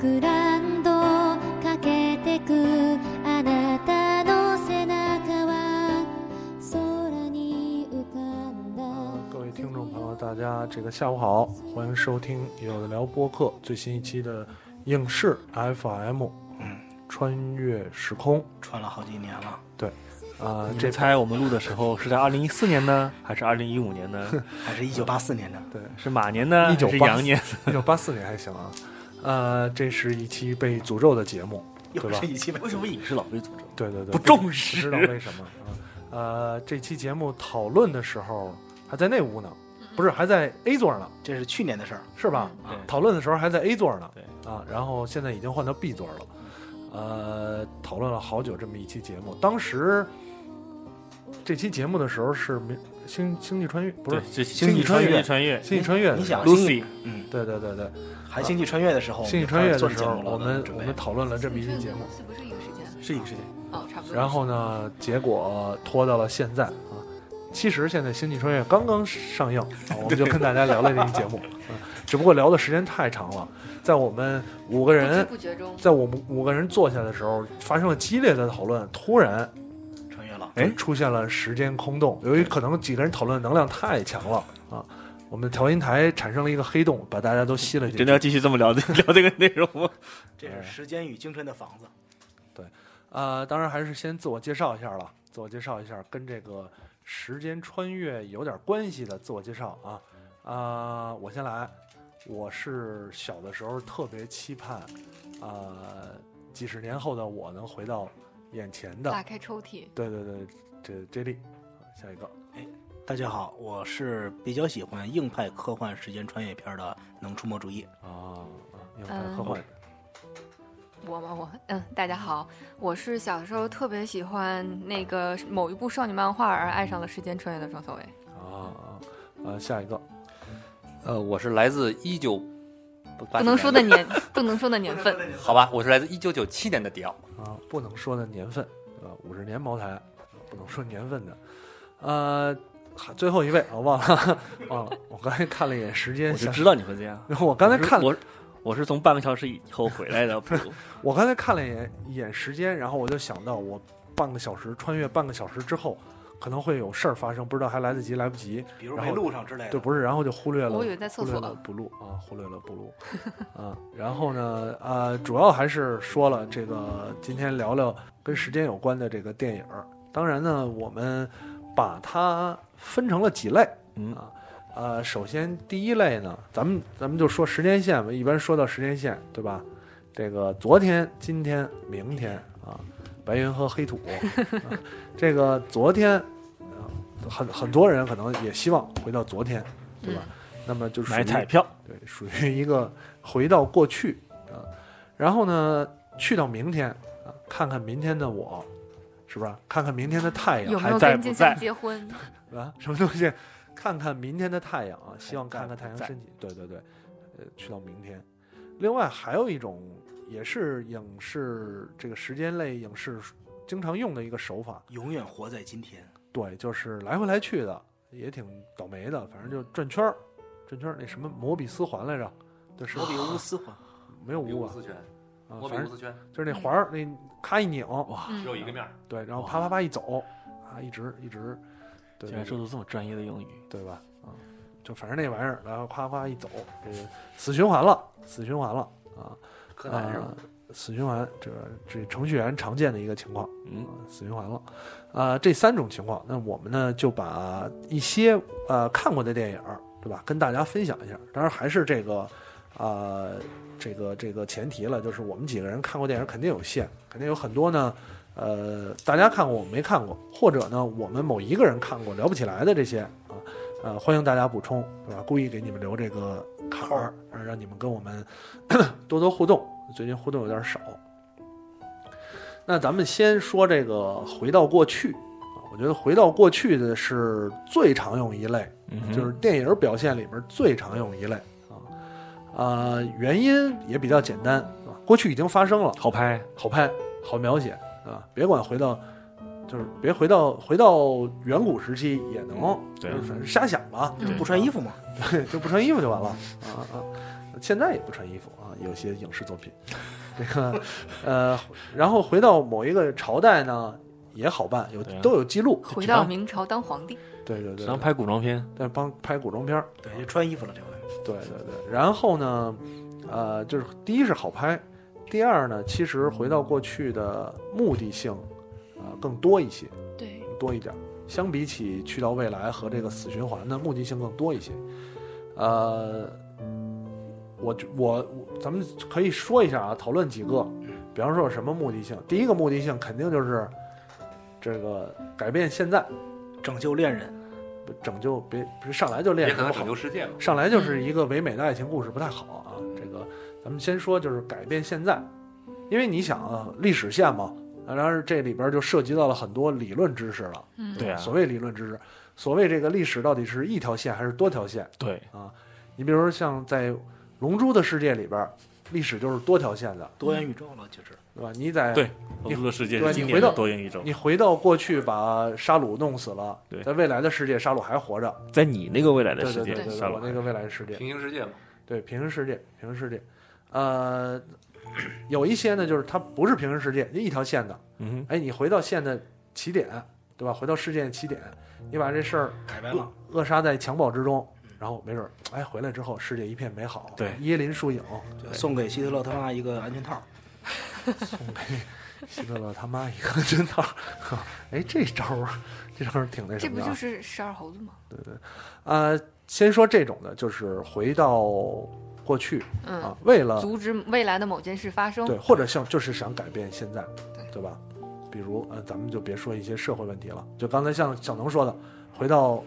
グランドかけてくあなたの背中は空に浮かんだ各位听众朋友，大家这个下午好，欢迎收听《有的聊》播客最新一期的影视 FM，嗯，穿越时空穿了好几年了，啊、你这们猜我们录的时候是在二零一四年呢，还是二零一五年呢？ 还是一九八四年的。对是马年呢，还是1984羊年？一 九八四年还行啊，呃，这是一期被诅咒的节目，对吧又是一期，为什么影视老被诅咒？对对对，不重不视知道为什么啊？呃，这期节目讨论的时候还在那屋呢，不是还在 A 座呢，这是去年的事儿。是吧？啊对讨论的时候还在 A 座呢，对啊，然后现在已经换到 B 座了，呃，讨论了好久这么一期节目。当时这期节目的时候是明星星际穿越，不是对，这星际穿越星际穿越星际穿越的时你想候，哦星际，Lucy，嗯，对对对对，还星际穿越的时候，星际穿越做的着时节候目，了我们准我备们讨论了这么一期节目，是不是一个时间？是影视剧，哦，差不多。然后呢，结果拖到了现在啊。其实现在《星际穿越》刚刚上映，啊我们就跟大家聊了这期节目，啊只不过聊的时间太长了，在我们五不个知人不觉中，在我们五个人坐下的时候，发生了激烈的讨论，突然穿越了。哎出现了时间空洞，由于可能几个人讨论能量太强了啊，我们调音台产生了一个黑洞，把大家都吸了进真的要去。继续这么聊 这聊这个内容吗？这是时间与青春的房子。呃，当然还是先自我介绍一下了，自我介绍一下跟这个时间穿越有点关系的自我介绍啊啊、我先来，我是小的时候特别期盼，呃，几十年后的我能回到眼前的打开抽屉，对对对，这 J 莉，下一个大家好，我是比较喜欢硬派科幻时间穿越片的能出没主义。啊，你看看嗯科科幻幻，我吗？我嗯，大家好，我是小时候特别喜欢那个某一部少女漫画而爱上了时间穿越的庄小维。啊啊啊，下一个呃，我是来自一九不能说的年， 不能说的年份。 好吧，我是来自一九九七年的迪奥。啊，不能说的年份，对吧？五十年茅台，不能说年份的，呃，还最后一位我忘了忘了，我刚才看了一眼时间， 我就想知道你会这样。我刚才看我是，我是从半个小时以后回来 的，不我刚才看了一眼一眼时间，然后我就想到我半个小时穿越半个小时之后。可能会有事儿发生，不知道还来得及来不及，比如然没后录上之类的。对，不是，然后就忽略了。我以为在厕忽略了所。不录啊，忽略了不录啊。然后呢，呃，主要还是说了这个今天聊聊跟时间有关的这个电影儿。当然呢，我们把它分成了几类。嗯啊，呃，首先第一类呢，咱们咱们就说时间线吧。一般说到时间线，对吧？这个昨天、今天、明天啊，白云和黑土。 啊这个昨天，啊，很很多人可能也希望回到昨天，对吧？那么就属于买彩票，对，属于一个回到过去啊。然后呢，去到明天啊，看看明天的我，是不是？看看明天的太阳有没有还在跟不静在香结婚？啊，什么东西？看看明天的太阳啊，希望在看看不太阳哎在升起。对对对，呃，去到明天。另外还有一种也是影视这个时间类影视经常用的一个手法，永远活在今天。对，就是来回来去的，也挺倒霉的，反正就转圈儿，转圈儿。那什么摩比斯环来着？对，是摩比乌斯环， 没有屋啊，斯圈，啊，反正圈，就是那环儿，那咔一拧，哇，嗯，一个面儿。对，然后啪啪啪一走，啊，一直一直，对竟然对说对出这么专业的用语，对吧？啊，就反正那玩意儿，然后夸夸一走，这个死循环了，死循环了啊，柯南是吧啊？死循环，这个这程序员常见的一个情况，嗯啊，死循环了，啊，这三种情况，那我们呢就把一些呃看过的电影儿，对吧，跟大家分享一下。当然还是这个，啊，这个这个前提了，就是我们几个人看过电影肯定有限，肯定有很多呢，呃，大家看过我们没看过，或者呢我们某一个人看过聊不起来的这些啊，呃，欢迎大家补充，对吧？故意给你们留这个坎儿，啊让你们跟我们 多多互动。最近互动有点少。那咱们先说这个回到过去啊，我觉得回到过去的是最常用一类，嗯就是电影表现里边最常用一类啊。呃，原因也比较简单，啊，过去已经发生了，好拍，好拍、好描写啊，别管回到，就是别回到回到远古时期也能，对就是反正瞎想吧，嗯不穿衣服嘛，对，就不穿衣服就完了啊啊！现在也不穿衣服啊，有些影视作品， 那个呃，然后回到某一个朝代呢也好办，有对啊都有记录，回到明朝当皇帝，对对只对，能拍古装片，但帮拍古装片儿，对，就穿衣服了这回。对对对，然后呢，呃，就是第一是好拍，第二呢，其实回到过去的目的性，呃，更多一些。对，多一点儿。相比起去到未来和这个死循环呢，目的性更多一些。呃，我就我我咱们可以说一下啊，讨论几个，比方说有什么目的性。第一个目的性肯定就是这个改变现在，拯救恋人，拯救别别上来就练也什可么能好拯救世界嘛。上来就是一个唯美的爱情故事，不太好啊。这个咱们先说，就是改变现在，因为你想啊，历史线嘛，然而这里边就涉及到了很多理论知识了。嗯，对啊所谓理论知识，所谓这个历史到底是一条线还是多条线？对，你比如说像在《龙珠》的世界里边，历史就是多条线的，多元宇宙了，其实对吧？你在对《龙珠的世界对》经你典回到的多元宇宙，你回到过去把沙鲁弄死了对，在未来的世界沙鲁还活着，在你那个未来对的世对界对对，沙对，鲁我那个未来的世界，平行世界嘛，对平行世界，平行世界，呃，有一些呢，就是它不是平行世界，就一条线的。嗯哎，你回到线的起点，对吧？回到事件的起点，你把这事儿改变扼了，扼杀在襁褓之中，然后没准儿，哎，回来之后世界一片美好，对椰林树影，就送给希特勒他妈一个安全套，送给希特勒他妈一个 真套，哎，这招儿，这招儿挺那这什么不的啊。就是十二猴子吗？呃，先说这种的，就是回到过去嗯啊，，为了阻止未来的某件事发生。对，或者像就是想改变现在，对对吧？比如呃，咱们就别说一些社会问题了，就刚才像小能说的，回到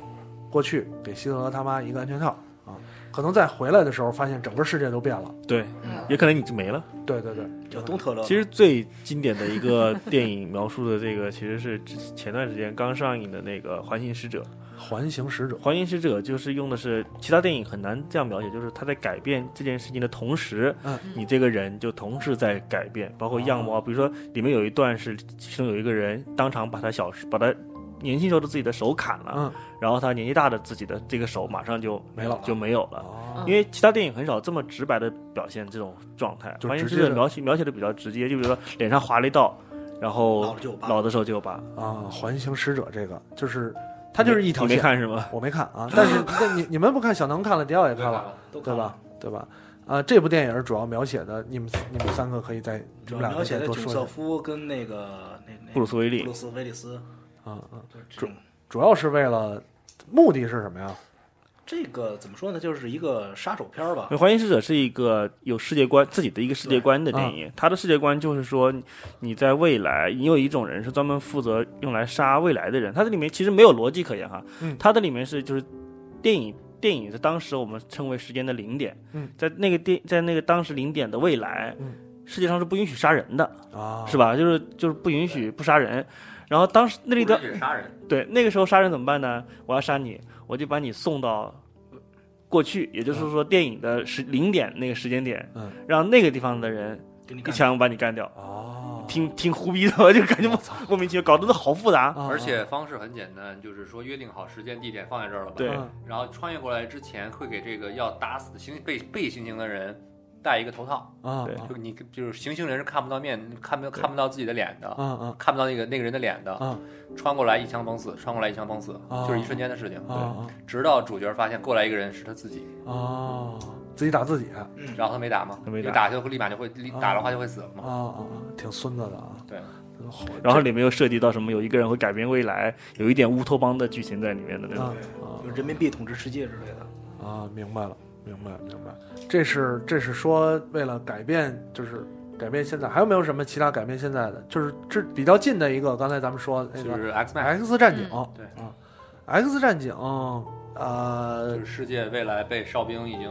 过去给希特勒他妈一个安全套啊，可能再回来的时候发现整个世界都变了。对，嗯也可能你就没了。对对对，叫东特勒。其实最经典的一个电影描述的这个，其实是之前段时间刚上映的那个《环形使者》。环形使者《环形使者》就是用的是其他电影很难这样描写，就是他在改变这件事情的同时，嗯哦你这个人就同时在改变，包括样貌啊。比如说里面有一段是其中有一个人当场把他小把他年轻时候的自己的手砍了，嗯然后他年纪大的自己的这个手马上就没了就没有了。哦因为其他电影很少这么直白的表现这种状态，就环形直使接者的描写描写的比较直接，就比如说脸上划了一道，然老后了就有疤老的时候就有疤，啊，环形使者这个就是它就是一条你没线，看是吗？我没看啊，但是但你你们不看，小能看了，迪奥也看了，都对看吧了？？对吧？啊，这部电影主要描写的，你们你们三个可以再你主们要俩可描以写再的多琼说一瑟下夫跟那个那哎那布鲁斯威利布鲁斯威利斯，啊啊，就是这种。主要是为了目的是什么呀？这个怎么说呢？就是一个杀手片儿吧因为。《环形使者》是一个有世界观、自己的一个世界观的啊电影，他的世界观就是说，你在未来，你有一种人是专门负责用来杀未来的人，它这里面其实没有逻辑可言哈，嗯它的里面是就是电影。电影是当时我们称为时间的零点，嗯在那个电在那个当时零点的未来，嗯世界上是不允许杀人的，啊，是吧？就是就是不允许不杀人。然后当时那里不的允许杀人，对那个时候杀人怎么办呢？我要杀你，我就把你送到过去，也就是说电影的时零点那个时间点，嗯让那个地方的人给你一看枪把你干掉，哦，挺挺胡逼的，我就感觉莫莫名其妙，搞得都好复杂。啊，而且方式很简单，就是说约定好时间地点放在这儿了吧。对嗯然后穿越过来之前，会给这个要打死的行被被行刑的人戴一个头套，啊对就你就是行刑人是看不到面，看不到看不到自己的脸的，啊啊看不到那个那个人的脸的。啊穿过来一枪崩死，穿过来一枪崩死，哦就是一瞬间的事情。啊啊直到主角发现过来一个人是他自己，啊，自己打自己啊嗯然后他没打嘛，他没打因为打就会立马就会立打的话就会死了嗯啊嘛。啊，挺孙子的啊，对，好然后里面又涉及到什么，有一个人会改变未来，有一点乌托邦的剧情在里面的那种。啊对啊就是人民币统治世界之类的。啊，明白了，明白了明白了，这是这是说为了改变，就是改变现在，还有没有什么其他改变现在的？就是这比较近的一个，刚才咱们说那就个是 X Man， X 战警，嗯对啊，X 战警，呃就是世界未来被哨兵已经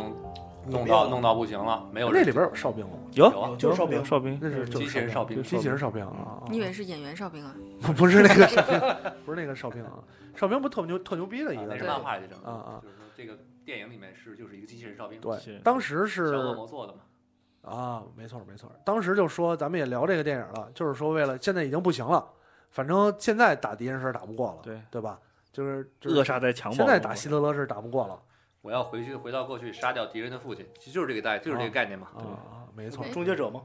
弄到弄到不行了，没有那人里边有哨兵吗？有啊有就是哨兵有哦哨兵，嗯那是就机器人哨兵就机器人哨兵啊！啊你以为是演员哨兵啊？ 不是那个哨兵，不是那个哨兵啊！哨兵不特牛特牛逼的一那个是人漫吗？画里整的，啊啊就是说这个电影里面是就是一个机器人哨兵，对是，当时是小恶魔做的嘛，啊，没错没错，当时就说咱们也聊这个电影了，就是说为了现在已经不行了，反正现在打敌人是打不过了，对对吧？就是就是扼杀在襁褓。现在打希特勒是打不过了我要回去回到过去杀掉敌人的父亲，其实就是这个概就是这个概念嘛。啊啊，没错对。终结者吗？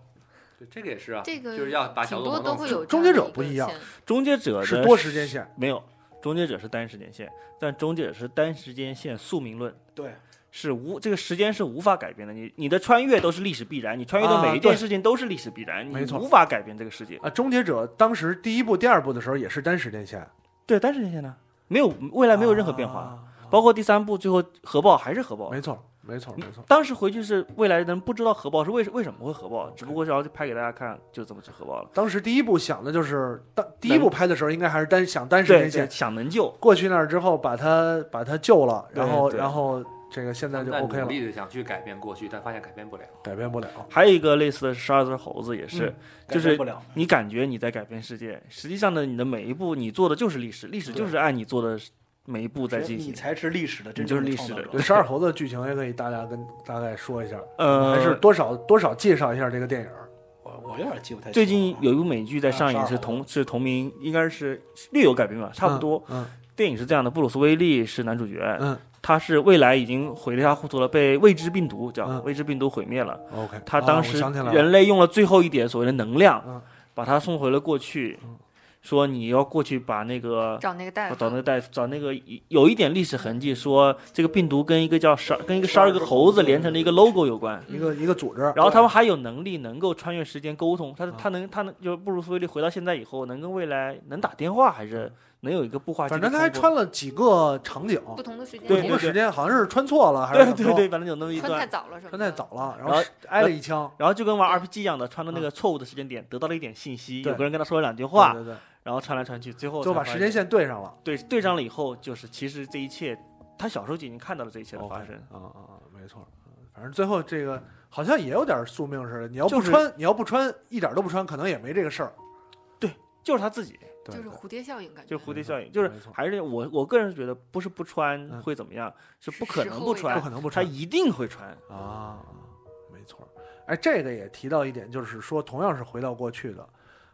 对，这个也是啊，这个就是要把小挺恶魔多都弄会死。有终这结样的者不个一样线终结者的是多时间线，没有，终结者是单时间线，但终结者是单时间线宿命论。对，是无这个时间是无法改变的，你你的穿越都是历史必然，你穿越的啊每一对件事情都是历史必然，没你错无法改变这个世界。啊，终结者当时第一部、第二部的时候也是单时间线，对，单时间线呢，没有未来没有任何变化，啊，包括第三部最后核爆还是核爆。没错没错没错。当时回去是未来人不知道核爆是为为什么会核爆，只不过是要拍给大家看就这么去核爆了。当时第一部想的就是，当第一部拍的时候应该还是单想单时对间对，线，想能救，过去那儿之后把他把他救了，然后对对然后这个现在就在 OK 努了，力的想去改变过去，但发现改变不了。改变不 了。还有一个类似的是《十二只猴子》，也嗯是、就改是变不了。你感觉你在改变世界，实际上呢，你的每一步你做的就是历史，历史就是按你做的每一步在进你行。才是历史的真你就正是的历创史造的者对，十二猴子的剧情也可以大家跟大概说一下，呃，还是多少多少介绍一下这个电影。我我有点记不太清了。最近有一部美剧在上映，啊是12同是同名，应该是略有改编吧，差不多。嗯，电影是这样的，布鲁斯威利是男主角，嗯他是未来已经毁了一塌糊涂了，被未知病毒叫、嗯未知病毒毁灭了。嗯，OK。他啊当我时想起来了，人类用了最后一点所谓的能量，嗯把他送回了过去，嗯说你要过去把那个找那个大夫，哦找那个大夫，找那个有一点历史痕迹，说这个病毒跟一个叫十二跟一个十二个猴子连成的一个 logo 有关。一个一个组织，然后他们还有能力能够穿越时间沟通，他啊他能他能就是布鲁斯威利回到现在以后，能跟未来能打电话，还是能有一个步话机嗯反的正通他过。还穿了几个场景，不同的时间不对同对的点时间好像是穿错了还是对怎对么对，着，反正有那么一穿太段。早了是吗？穿太早了，然然后后挨了一枪。然后就跟玩 RPG 一样的，穿到那个错误的时间点，得到了一点信息，嗯对有个人跟他说了两句话，对对然后传来传去，最后对，就才把发时间线对上了。对对上了以后，就是其实这一切，他小时候就已经看到了这一切的发生。啊啊啊，没错。反正最后这个好像也有点宿命似的，你要不就是穿，你要不穿，一点都不穿，可能也没这个事儿。就是他自己，对就是对蝴蝶效应感觉，就是蝴蝶效应，就是没错还是我我个人是觉得，不是不穿嗯会怎么样，是不是可时能候不未穿不，可能不他穿一定会穿。啊，没错儿。哎，这个也提到一点，就是说同样是回到过去的，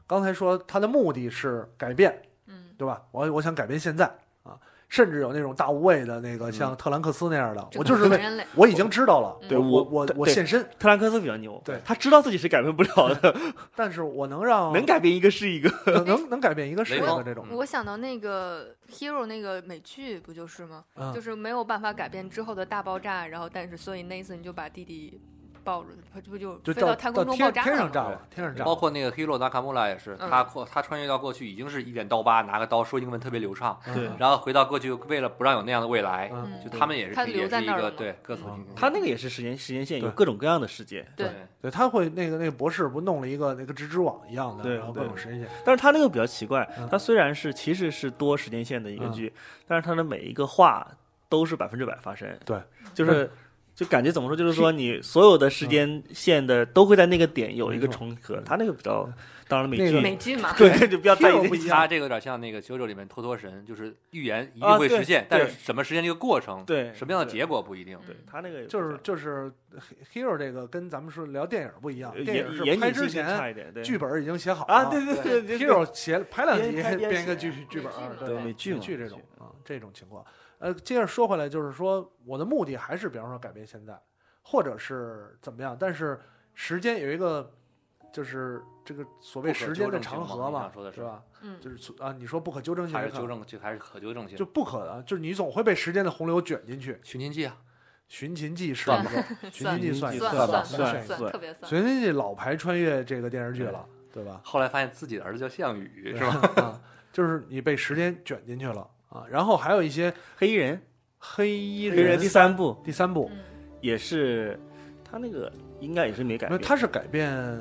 刚才说他的目的是改变，嗯，对吧？我我想改变现在啊，甚至有那种大无畏的那嗯个，像特兰克斯那样的，我就是为为人类，我已经知道嗯了，对我我我对我现身，特兰克斯比较牛，对他知道自己是改变不了 的，但是我能让能改变一个是一个。能 能能改变一个世界的这种，我想到那 个 Hero 那个美剧不就是吗？嗯就是没有办法改变之后的大爆炸，然后但是所以那一次你就把弟弟抱着，不不就就飞到到太到空中爆天炸天了上吗？炸了，天上炸哦包了，括那个 Hero 纳卡穆拉也是，嗯他过他穿越到过去已经是一点刀疤，拿个刀说英文特别流畅，嗯对嗯然后回到过去为了不让有那样的未来，嗯嗯就他们也是他留也在是一那儿个了嘛对各自嗯平行他那个也是时间时间线有对各种各样的世界，对对对，他会那个那个博士不弄了一个那个蜘蛛网一样的，对然后各对种神仙，但是他那个比较奇怪嗯，他虽然是其实是多时间线的一个剧，但是他的每一个话都是百分之百发生。对，嗯就是就感觉怎么说，就是说你所有的时间线的都会在那个点有一个没错重合嗯。他那个比较，当然美那个剧嗯美剧嘛，对 对，就不要在意 Hero 不一这样他这个有点像那个《九九》里面托托神，就是预言一啊定会对实现，对但是什么实现这个过程，对什么样的结果不一定。嗯对他那个就是就是《Hero》这个跟咱们说聊电影不一样，呃啊电影严是严拍谨之性前差一点，对剧本已经写好了啊，对对 h 对 e 对 r o 写拍两集编拍编编一个写剧剧本儿，美剧嘛对对美剧嘛剧这美种剧啊这种情况。呃，接着说回来，就是说我的目的还是比方说改变现在，或者是怎么样，但是时间有一个就是这个所谓不可时间纠的正性长嘛河你嘛想，说的是吧？嗯，就是所啊，你说不可纠正性还也是可纠正，就还是可纠正性。就不可的，就是你总会被时间的洪流卷进去。寻秦记啊， 《寻秦记》是算一个，《寻秦记》算一个，算算吧算算算算特别算，寻秦记》老牌穿越这个电视剧了，对吧？后来发现自己的儿子叫项羽，是吧？吧？ 啊，就是你被时间卷进去了啊。然后还有一些黑衣人，黑衣黑衣人第三部第三部，嗯，也是他那个应该也是没改没有，变，它是改变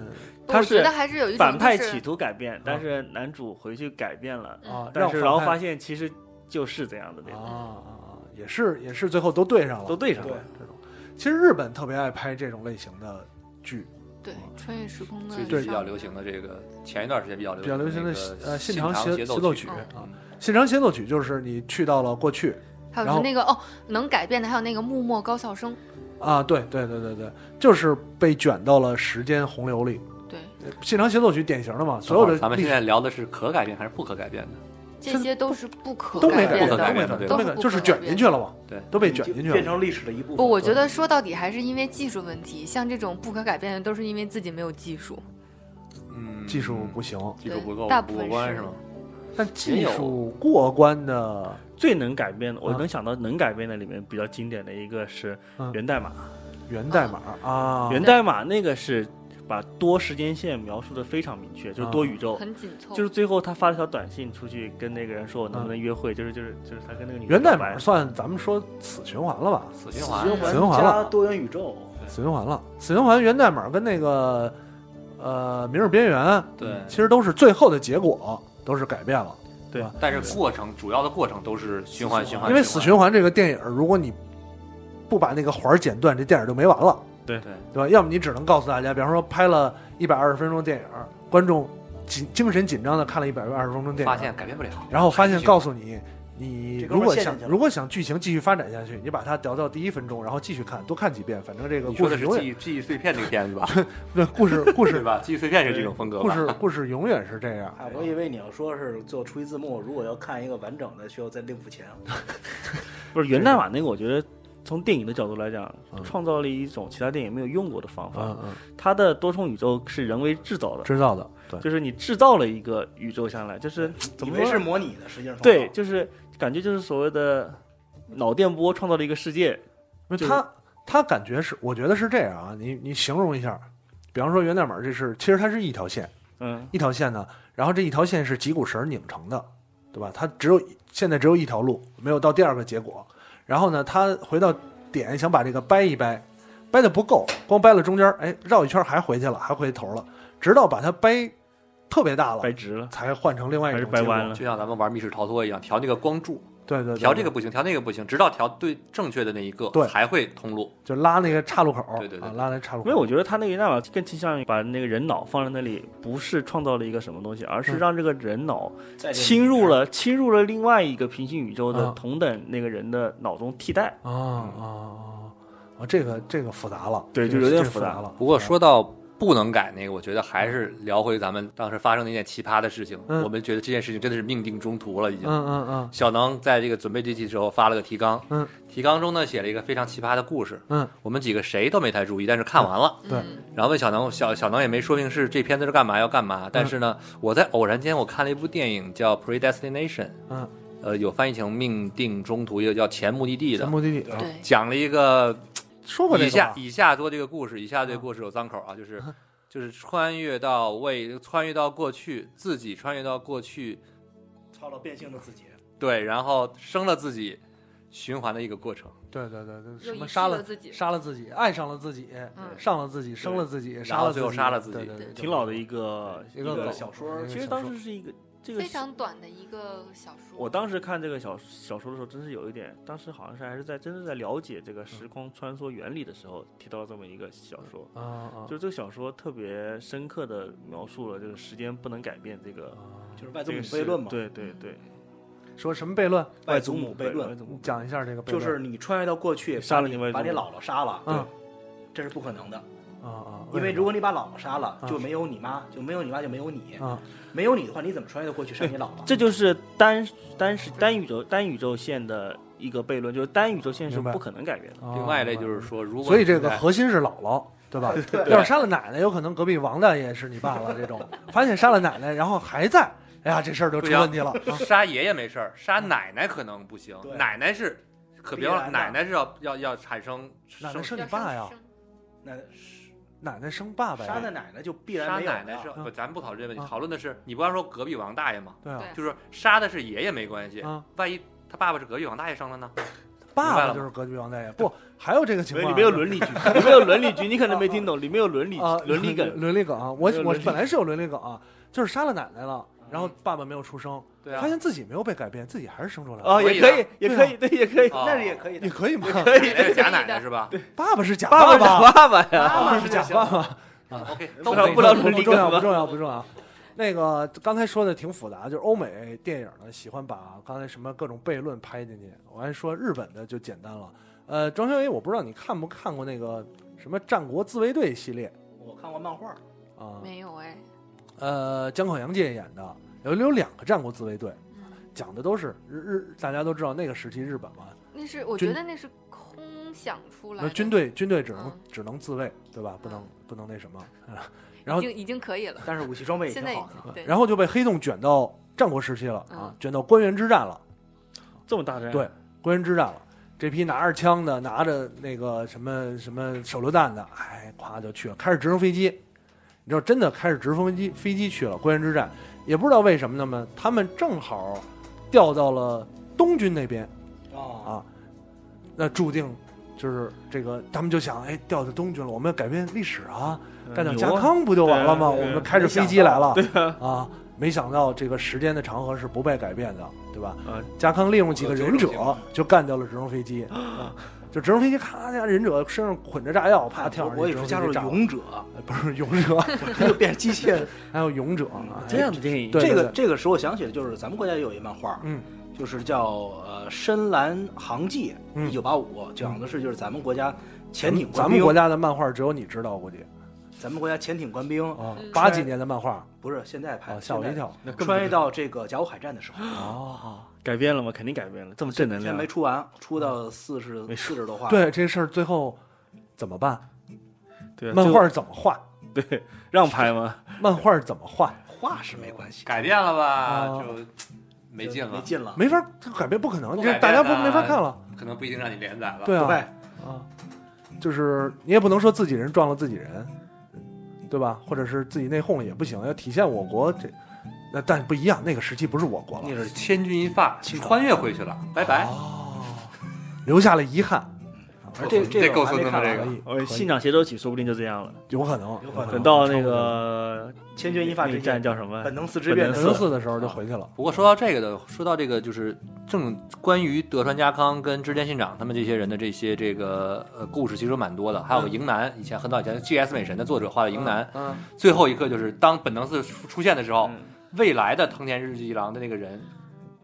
不他我觉是得还是有一种反派就是企图改变，但是男主回去改变了。嗯啊，但让是反然后派发现其实就是这样的那啊种。啊，啊也是也是最后都对上了，都对上对了这种。其实日本特别爱拍这种类型的剧，对，穿越时空的最近比较流行的这个，前一段时间比较流比较流行的那个呃信信长协协协奏奏曲啊嗯，信长协奏曲就是你去到了过去还有就然是后那个哦，能改变的，还有那个幕末高校生，啊，对对对对对，就是被卷到了时间洪流里。对，信长协奏曲典型的嘛，所有的咱们历现史在聊的是可改变还是不可改变的？这些都是不可都没改改的变变，都没的。改变，对都没都改，不就可是改卷变进去了嘛，对都被卷进去变了。成历史的一部分。不，我觉得说到底还是因为技术问题，像这种不可改变的，都是因为自己没有技术。嗯，技术不行，技术不够，对大部分过关是吗？但技术过关的，最能改变的，我啊能想到能改变的里面比较经典的一个是嗯源代码。源代码啊，源代码那个是把多时间线描述的非常明确，就是多宇哦宙。很紧凑，就是最后他发了条短信出去跟那个人说我能不能约会，就是就是就是他跟那个女的源代表白码算咱们说死循环了吧？死死循循环，环循环了加多元宇宙，死循环了，死循环源代码跟那个呃《明日边缘》对其实都是最后的结果都是改变了。但是过程主要的过程都是循环循环，因为死循环这个电影，如果你不把那个环儿剪断，这电影就没完了，对对吧？要么你只能告诉大家，比方说拍了一百二十分钟电影，观众紧精神紧张的看了一百二十分钟电影，发现改变不了，哎然后发现还是告诉你，你这哥如们儿果陷想进去了如果想剧情继续发展下去，你把它调到第一分钟，然后继续看，多看几遍，反正这个你故说的事是永记远忆记忆碎片那个片子吧？对故事故对 事吧？记忆碎片是这种风格吧，故事故事永远是这样。哎，我以为你要说是做出一字幕，如果要看一个完整的，需要再另付钱。 不是源代码那个，我觉得从电影的角度来讲嗯，创造了一种其他电影没有用过的方法嗯。嗯，它的多重宇宙是人为制造的，知道的，对，就是你制造了一个宇宙下来，就是 怎以么为说是呢？嗯模拟的，实际上是对，仿就是感觉就是所谓的脑电波创造了一个世界，因为就是他他感觉是，我觉得是这样啊，你你形容一下，比方说源代码这是，其实它是一条线，嗯，一条线呢，然后这一条线是几股绳拧成的，对吧？它只有现在只有一条路，没有到第二个结果。然后呢，他回到点想把这个掰一掰，掰的不够，光掰了中间，哎，绕一圈还回去了，还回头了，直到把它掰特别大了掰，直了，才换成另外一还是种掰结果弯。了？就像咱们玩密室逃脱一样，调那个光柱，对对对，调这个不行，调那个不行，直到调对正确的那一个对才会通路。就拉那个岔路口，对对对啊，拉那岔路口。因为我觉得他那个源代码更倾向于把那个人脑放在那里，不是创造了一个什么东西，而是嗯让这个人脑的在这里侵入了侵入了另外一个平行宇宙的啊同等那个人的脑中替代。啊啊啊啊，这个这个复杂了，对这个就有点这个复复杂杂了。不过说到不能改那个，我觉得还是聊回咱们当时发生的一件奇葩的事情。嗯我们觉得这件事情真的是命定中途了，已经。嗯嗯嗯小能在这个准备这期的时候发了个提纲，嗯，提纲中呢写了一个非常奇葩的故事，嗯，我们几个谁都没太注意，但是看完了，对嗯然后问小能，小小能也没说明是这片子是干嘛要干嘛，嗯但是呢，我在偶然间我看了一部电影叫《Predestination》，嗯，呃，有翻译成命定中途，也有叫前目的地前的，目的地啊，对，讲了一个说嗯过这以个下吧以下做这个故事，以下这个故事有脏口啊，就是就是穿越到未穿越到过去，自己穿越到过去，操了变性的自己，对，然后生了自己，循环的一个过程。对对对对，又什么遗杀失了了自己，杀了自己，爱上了自己，嗯上了自己，生了自己，杀后了最后己杀了自己对对对挺老的一个一个狗狗小说一个其实小当说时是一个这个非常短的一个小说。我当时看这个小小说的时候，真是有一点，当时好像是还是在真是在了解这个嗯时空穿梭原理的时候，提到了这么一个小说。啊啊，就是这个小说特别深刻的描述了这个时间不能改变这个就是外祖这母个悖事论嘛。，对对对，说什么悖论？外祖母悖外论嗯祖你母讲一下这个悖就论，是你穿越到过去，杀了把你你外祖母啊把你姥姥杀了，嗯这是不可能的。啊啊，因为如果你把姥姥杀了啊，就没有你妈，就没有你妈就没有你，啊没有你的话，你怎么穿越到过去杀你姥姥？这就是单单是单宇宙单宇宙线的一个悖论，就是单宇宙线是明白不可能改变的。啊另外一类就是，说，如果所以这你个在核心是姥姥。对 吧？对要是杀了奶奶，有可能隔壁王大爷是你爸了。这种发现杀了奶奶，然后还在，哎呀，这事儿就出对呀问题了。啊杀爷爷没事儿，杀奶奶可能不行对。奶奶是可别必忘，然的奶奶是要要要产生奶奶生生你要爸生呀，生那奶奶生爸爸杀呀了，奶奶就必然杀没有奶奶是了嗯不，咱不讨论这个问啊题，讨论的是你不刚说隔壁王大爷吗？对啊，对就是杀的是爷爷没关系啊，万一他爸爸是隔壁王大爷生的呢？爸明白爸了就是隔壁王大爷。不，还有这个情没有况啊，里面有伦理剧，里面有伦理剧，你可能没听懂，里面有伦理啊，伦理梗。伦理梗啊。我没有我伦理嗯本来是有伦理梗啊，就是杀了奶奶了，然后爸爸没有出生，对啊发，现自己没有被改变，自己还是生出来了。啊，可也以可的以，也对可啊以，对，也可以，哦那是也可以你的。可以吗？可以这是假奶奶是吧？对爸爸是假爸爸爸，啊是爸爸呀，爸爸是假爸爸， ，OK， 不都聊可以不聊不伦理重梗要，不了。重要，不重要。那个刚才说的挺复杂，就是欧美电影呢喜欢把刚才什么各种悖论拍进去。我还说日本的就简单了。呃，庄小伟，我不知道你看不看过那个什么《战国自卫队》系列我看过漫画，啊？没有哎，呃，江口洋介演的，有有两个战国自卫队，嗯讲的都是日日，大家都知道那个时期日本嘛，那是我军觉得那是空想出来那的，军队军队只能嗯只能自卫，对吧？不能不能那什么。已然后经已经可以了，但是武器装备也现挺在已好的。经对， 然后就被黑洞卷到战国时期了啊嗯，卷到官员之战了。这么大战，对官员之战了。这批拿着枪的，拿着那个什么什么手榴弹的，哎，咵就去了，开始直升飞机。你知道，真的开始直升飞机飞机去了官员之战，也不知道为什么呢嘛，他们正好调到了东军那边，哦啊，啊，那注定就是这个，他们就想，哎，调到东军了，我们要改变历史啊，嗯干点牛家啊康不就完了吗？对啊对我啊们开着飞机来了，对啊，啊，没想到这个时间的长河是不被改变的，对吧？啊家康利用几个忍者有这种情况就干掉了直升飞机，啊就直升飞机咔，家忍者身上捆着炸药，啪跳上哎我去也直是升加飞入机炸了，勇者，哎 不是勇者， 他就变成机械人。还有勇者啊，这样的电影，对这对个这个使我想起了，就是咱们国家有一漫画，嗯，就是叫呃《深蓝航迹》，嗯一九八五，讲的是就是咱们国家潜艇咱官们兵国，家的漫画只有你知道，估计咱们国家潜艇官兵啊，嗯八几年的漫画不是现在拍啊，的，吓我一跳哎现在。穿越到这个甲午海战的时候，啊。改变了吗？肯定改变了，这么正能现在量没。出嗯完，出到四十没四十多话。，对这事儿最后怎么办？对啊，漫就画怎么画？ 对让拍吗？漫画怎么画？话是没关系，改变了吧，啊就嗯没劲没了，劲了，没法改变，不可能，不这改大变家不的没法看了。可能不一定让你连载了。对对啊，吧？啊，就是你也不能说自己人撞了自己人，对吧？或者是自己内讧了也不行，要体现我国这。那但不一样，那个时期不是我国了那，是千钧一发，穿越回去了，拜拜。哦，留下了遗憾。啊而这这这个我还够没孙子看了完这个可以哦，，可信以长协奏曲说不定就这样了。有可能，有可能等到那超过了个千钧一发那之一战际，叫什么？本能四之变嗯本本能能的寺的时候就回去了。不过说到这个的，说到这个就是正关于德川家康跟织田信长他们这些人的这些这个呃故事，其实蛮多的。还有嗯营南，以前很早以前 G.S. 美神的作者画的营南，嗯，最后一刻就是当本能寺出出现的时候，嗯未来的藤田日一郎的那个人。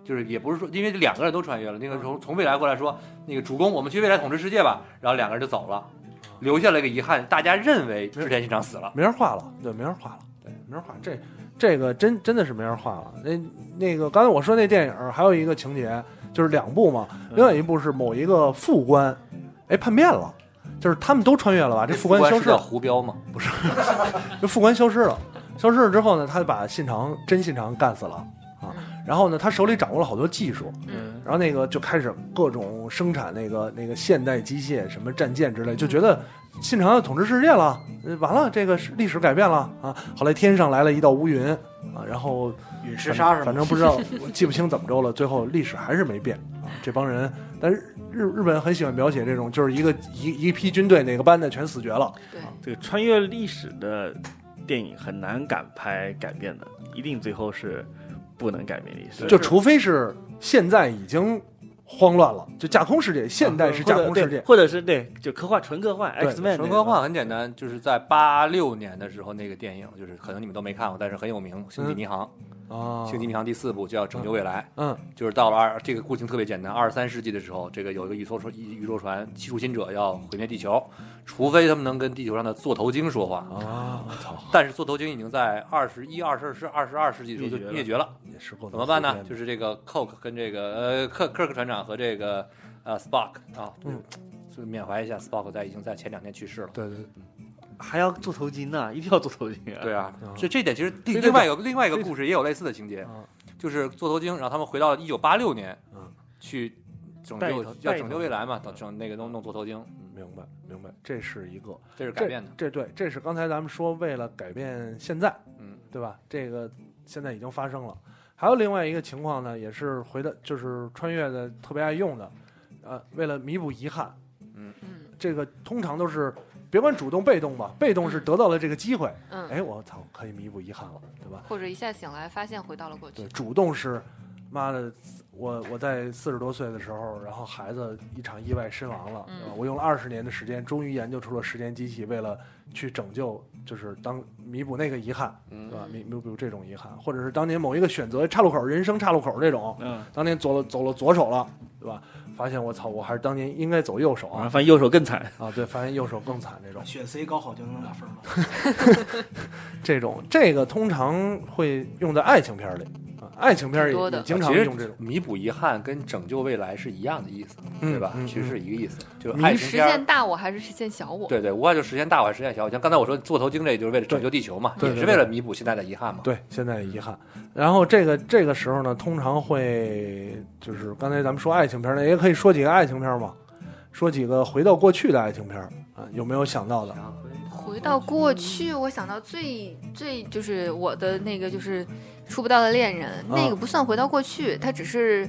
就是也不是说，因为两个人都穿越了，那个从从未来过来说，那个主公，我们去未来统治世界吧，然后两个人就走了，留下了一个遗憾，大家认为织田信长死了，没人画了，对，没人画了，对，没人画这这个真真的是没人画了。那那个刚才我说那电影儿还有一个情节，就是两部嘛，另外一部是某一个副官，哎叛变了，就是他们都穿越了吧？这副官消是失叫了，胡彪吗？这副官消失了，消失了之后呢，他就把信长真信长干死了啊。然后呢，他手里掌握了好多技术，嗯，然后那个就开始各种生产那个那个现代机械，什么战舰之类，就觉得信长要统治世界了，呃完了这个是历史改变了啊！后来天上来了一道乌云啊，然后陨石反杀是吗？反正不知道我记不清怎么着了，最后历史还是没变啊。这帮人，但是日日本很喜欢描写这种，就是一个一一批军队哪个班的全死绝了，嗯对，这个穿越历史的电影很难敢拍改变的，一定最后是不能改变历史。就除非是现在已经慌乱了，就架空世界，啊现代是架空世界，或者是对，就科幻纯科幻对 X Men 纯科幻很简单，就是在八六年的时候那个电影，就是可能你们都没看过，但是很有名，《星际迷航》啊，星际迷航》第四部就要拯救未来，嗯就是到了二这个故情特别简单，二十三世纪的时候，这个有一个宇宙船宇宙船技术新者要毁灭地球，除非他们能跟地球上的座头鲸说话，啊，我哦操，但是座头鲸已经在二十一、二十二、二十二世纪的时候灭绝就灭绝了了，也是够怎么办呢随便？的就是这个 Coke 跟这个呃克克克船长和这个呃 Spock 啊，嗯就是缅怀一下 Spock 在已经在前两天去世了。对对，还要做头巾呢，一定要做头巾啊！对啊啊，这这点其实非另得另外一个另外一个非得故事也有类似的情节啊，就是座头鲸，然后他们回到一九八六年嗯，去拯带一救头要带一拯头救未来嘛，嗯整整那个弄弄座头鲸，嗯明白明白，这是一个这是改变的。这。这对，这是刚才咱们说为了改变现在，嗯，对吧？这个现在已经发生了。还有另外一个情况呢，也是回到就是穿越的特别爱用的，呃，为了弥补遗憾，嗯这个通常都是别管主动被动吧，被动是得到了这个机会，嗯，哎，我操，可以弥补遗憾了，对吧？或者一下醒来发现回到了过去对，，主动是妈的，我我在四十多岁的时候，然后孩子一场意外身亡了，嗯对吧我用了二十年的时间，终于研究出了时间机器，为了去拯救，就是当弥补那个遗憾，嗯对吧？弥弥补这种遗憾，或者是当年某一个选择岔路口，人生岔路口这种，嗯，当年走了走了左手了，对吧？发现我操，我还是当年应该走右手啊啊，反正右手更惨。嗯啊！对，发现右手更惨这种。选 C 高考就能拿分吗？这种这个通常会用在爱情片儿里啊，爱情片儿挺也多的也经常其实用这种，弥补遗憾跟拯救未来是一样的意思，嗯对吧？嗯其实是一个意思，就是嗯爱情实片现儿。大我还是实现小我？对对，无外就实现大我，实现小我。像刚才我说做头鲸这，就是为了拯救地球嘛，对也对是为了弥补现在的遗憾嘛。对现在的遗憾。然后这个这个时候呢，通常会就是刚才咱们说爱情片儿呢，也可以说几个爱情片儿嘛，说几个回到过去的爱情片儿啊，有没有想到的？回到过去，我想到最最就是我的那个就是触不到的恋人，啊那个不算回到过去，它只是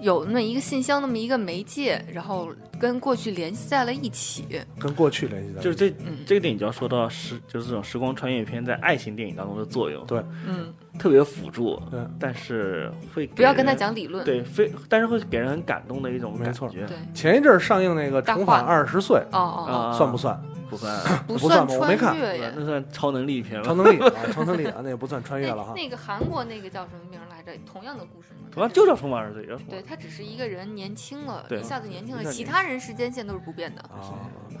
有那么一个信箱，那么一个媒介，然后跟过去联系在了一起。跟过去联系的， 就是这嗯这个电影就要说到时，就是这种时光穿越片在爱情电影当中的作用，嗯，特别辅助嗯，但是会不要跟他他，讲理论。对，非但是会给人很感动的一种没感错觉。对前一阵儿上映那个《大重返话二十岁哦哦啊，算不算？不算，哦，不不算吧我没看穿越耶。那算超能力片超了。能力啊，超能力啊，那也不算穿越了那哈。那个韩国那个叫什么名儿来着？同样的故事吗？啊，就叫《重返二十岁》，叫什么对，？他只是一个人年轻了，对一下子年轻一下了，年其轻他人时间线都是不变的。啊，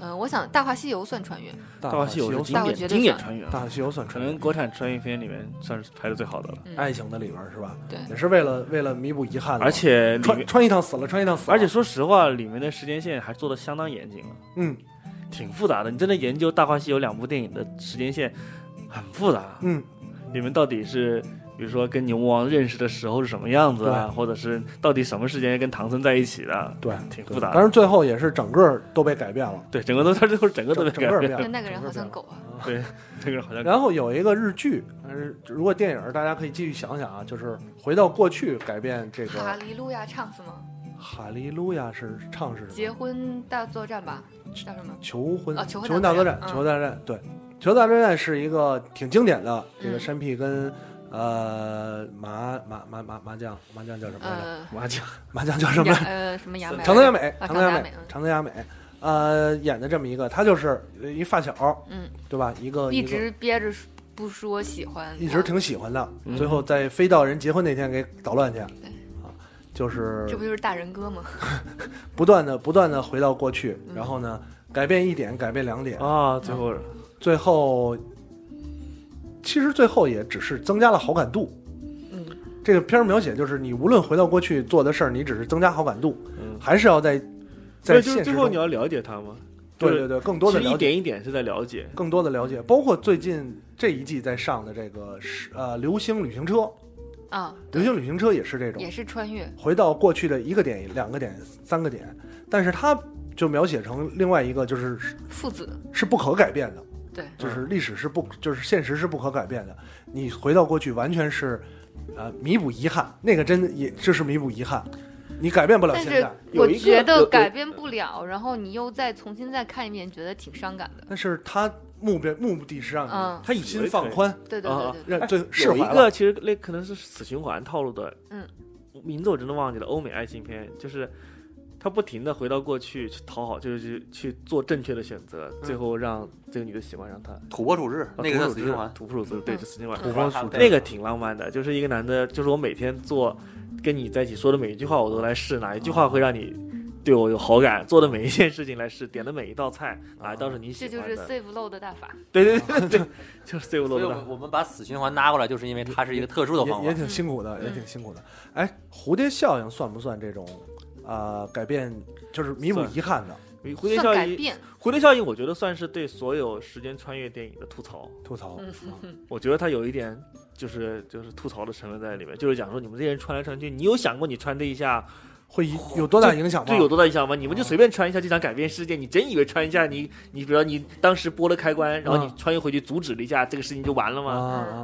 嗯，我想《大话西游》算穿越，大大话西西游是经大话典西游经典算穿越了，大话西游算可穿越能国产穿越片里面算是拍的最好的了。嗯爱情的里边儿是吧？对也是为了为了弥补遗憾的嘛，而且里穿面，穿一趟死了，穿一趟死了，而且说实话，里面的时间线还做的相当严谨了，嗯挺复杂的。你真的研究《大话西游》两部电影的时间线，很复杂。嗯，里面到底是，比如说跟牛魔王认识的时候是什么样子啊，对或者是到底什么时间跟唐僧在一起的，对，挺对复杂的但是最后也是整个都被改变了，对，整个都它最后整个都整被整改个变变了但。那个人好像整狗啊。对，这个人好像然后有一个日剧，但是如果电影儿大家可以继续想想啊，就是回到过去改变这个哈利路亚唱什么？哈利路亚是唱是什结么？婚大作战吧，叫什么？求婚哦求婚婚大大作作战战，求婚大作战对，求婚大作战是一个挺经典的，这个嗯山 P 跟呃麻麻麻麻麻将麻将叫什么来着？呃，麻将，麻将叫什么来着？呃什么牙买？长泽雅美，啊长长泽雅泽雅美美嗯，长泽雅美，呃，演的这么一个，她就是呃一发小，嗯，对吧？哦一个一个直憋着不说喜欢，一直挺喜欢的，嗯最后在飞到人结婚那天给捣乱去，啊，就是这不就是大人哥吗？不断的不断的回到过去，嗯然后呢，改变一点，改变两点，啊，最后最后其实最后也只是增加了好感度。嗯，这个片儿描写就是你无论回到过去做的事儿，你只是增加好感度，嗯，还是要在所在以就现实是最后中你要了解他嘛，对就是对对更多的其实了解，一点一点是在了解，更多的了解，包括最近这一季在上的这个是呃《流星旅行车》，《啊，流星旅行车》也是这种也，是穿越，回到过去的一个点、两个点、三个点，但是它就描写成另外一个，就是父子是不可改变的，对，嗯就是历史是不，就是现实是不可改变的。你回到过去，完全是，呃，弥补遗憾，那个真也就是弥补遗憾，你改变不了但现是在。我有一个觉有有得改变不了，然后你又再重新再看一遍，觉得挺伤感的。但是它目标目的是让嗯你他以为心放宽，对对对啊对对，让最释有一怀了。个其实类可能是死循环套路的，嗯，名字我真的忘记了，欧美爱情片就是。他不停的回到过去去讨好，就是去去做正确的选择，最后让这个女的喜欢上他。啊土拨鼠日嗯那个叫死循环，嗯土拨鼠之对，就死循环。土拨鼠之那个挺浪漫的，就是一个男的，就是我每天做跟你在一起说的每一句话，我都来试，哪一句话会让你对我有好感，做的每一件事情来试，点的每一道菜，哪一道是你喜这欢的。就是 save low 的大法。对对对对，就是最 a 所以 v 我们我们把死循环拉过来，就是因为它是一个特殊的方也也法。挺辛苦的，也嗯挺辛苦的。哎，蝴蝶效应算不算这种，呃，改变就是弥补算遗憾的蝴蝶算效改应，变，蝴蝶效应，我觉得算是对所有时间穿越电影的吐槽。吐槽？嗯啊我觉得它有一点就是就是吐槽的成分在里面，就是讲说你们这些人穿来穿去，你有想过你穿这一下会一有多大影响吗？对有多大影响吗？你们就随便穿一下就想改变世界，你真以为穿一下你你比如说你当时拨了开关，然后你嗯穿越回去阻止了一下，这个事情就完了啊吗？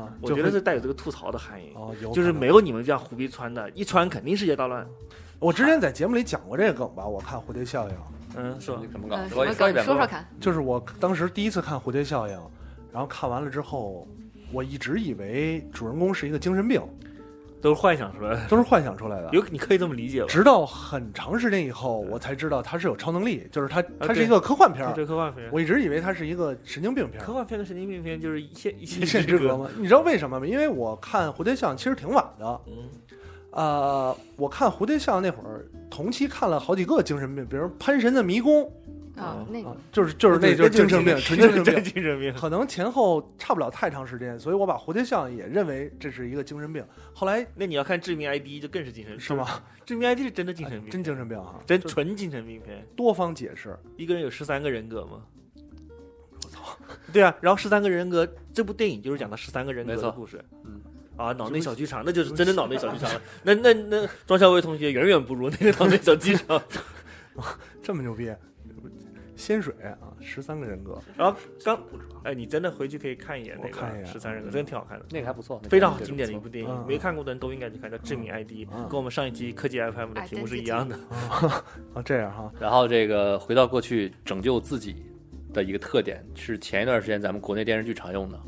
啊！我就觉得会是带有这个吐槽的含义。哦，有就是可能没。有你们这样胡逼穿的，一穿肯定世界大乱。我之前在节目里讲过这个梗吧？我看蝴蝶效应，嗯，是吧？怎么搞嗯，？什我么也梗一遍说说看，就是我当时第一次看蝴蝶效应，然后看完了之后，我一直以为主人公是一个精神病，都是幻想出来的，都是幻想出来的。有你可以这么理解吧？直到很长时间以后，我才知道他是有超能力，就是他他是啊对一个科幻片儿。这科幻片，我一直以为他是一个神经病片儿科，幻片跟神经病片就是 一线一一线之隔隔。 吗？你知道为什么吗？因为我看《蝴蝶效应》其实挺晚的，嗯，呃，我看《蝴蝶效应》那会儿，同期看了好几个精神病，比如《潘神的迷宫》啊，那啊，就是就是那就是精神病，纯精神真病，精神病。可能前后差不了太长时间，所以我把《蝴蝶效应》也认为这是一个精神病。后来那你要看《致命 ID》就更是精神，是？吗？致命 ID 是真的精神病，真精神病哈，真就是纯精神病片，多方解释。一个人有十三个人格吗？我操，对啊，然后十三个人格，这部电影就是讲的十三个人格没的错故事。嗯，啊，脑内小剧场，那就是真的脑内小剧场了。 那那那，庄小伟同学远远不如那个脑内小剧 场。这么牛逼，仙水啊，十三个人格，然后刚，哎，你真的回去可以看一眼那我看一个眼十三人格，真的挺好看的。那个还不错，那个非常还经典的一部电嗯影，没看过的人都应该去看，叫《致命 ID》，嗯跟我们上一期科技 FM 的题目是一样的。 啊，这样哈，然后这个回到过去拯救自己的一个特点是前一段时间咱们国内电视剧常用的，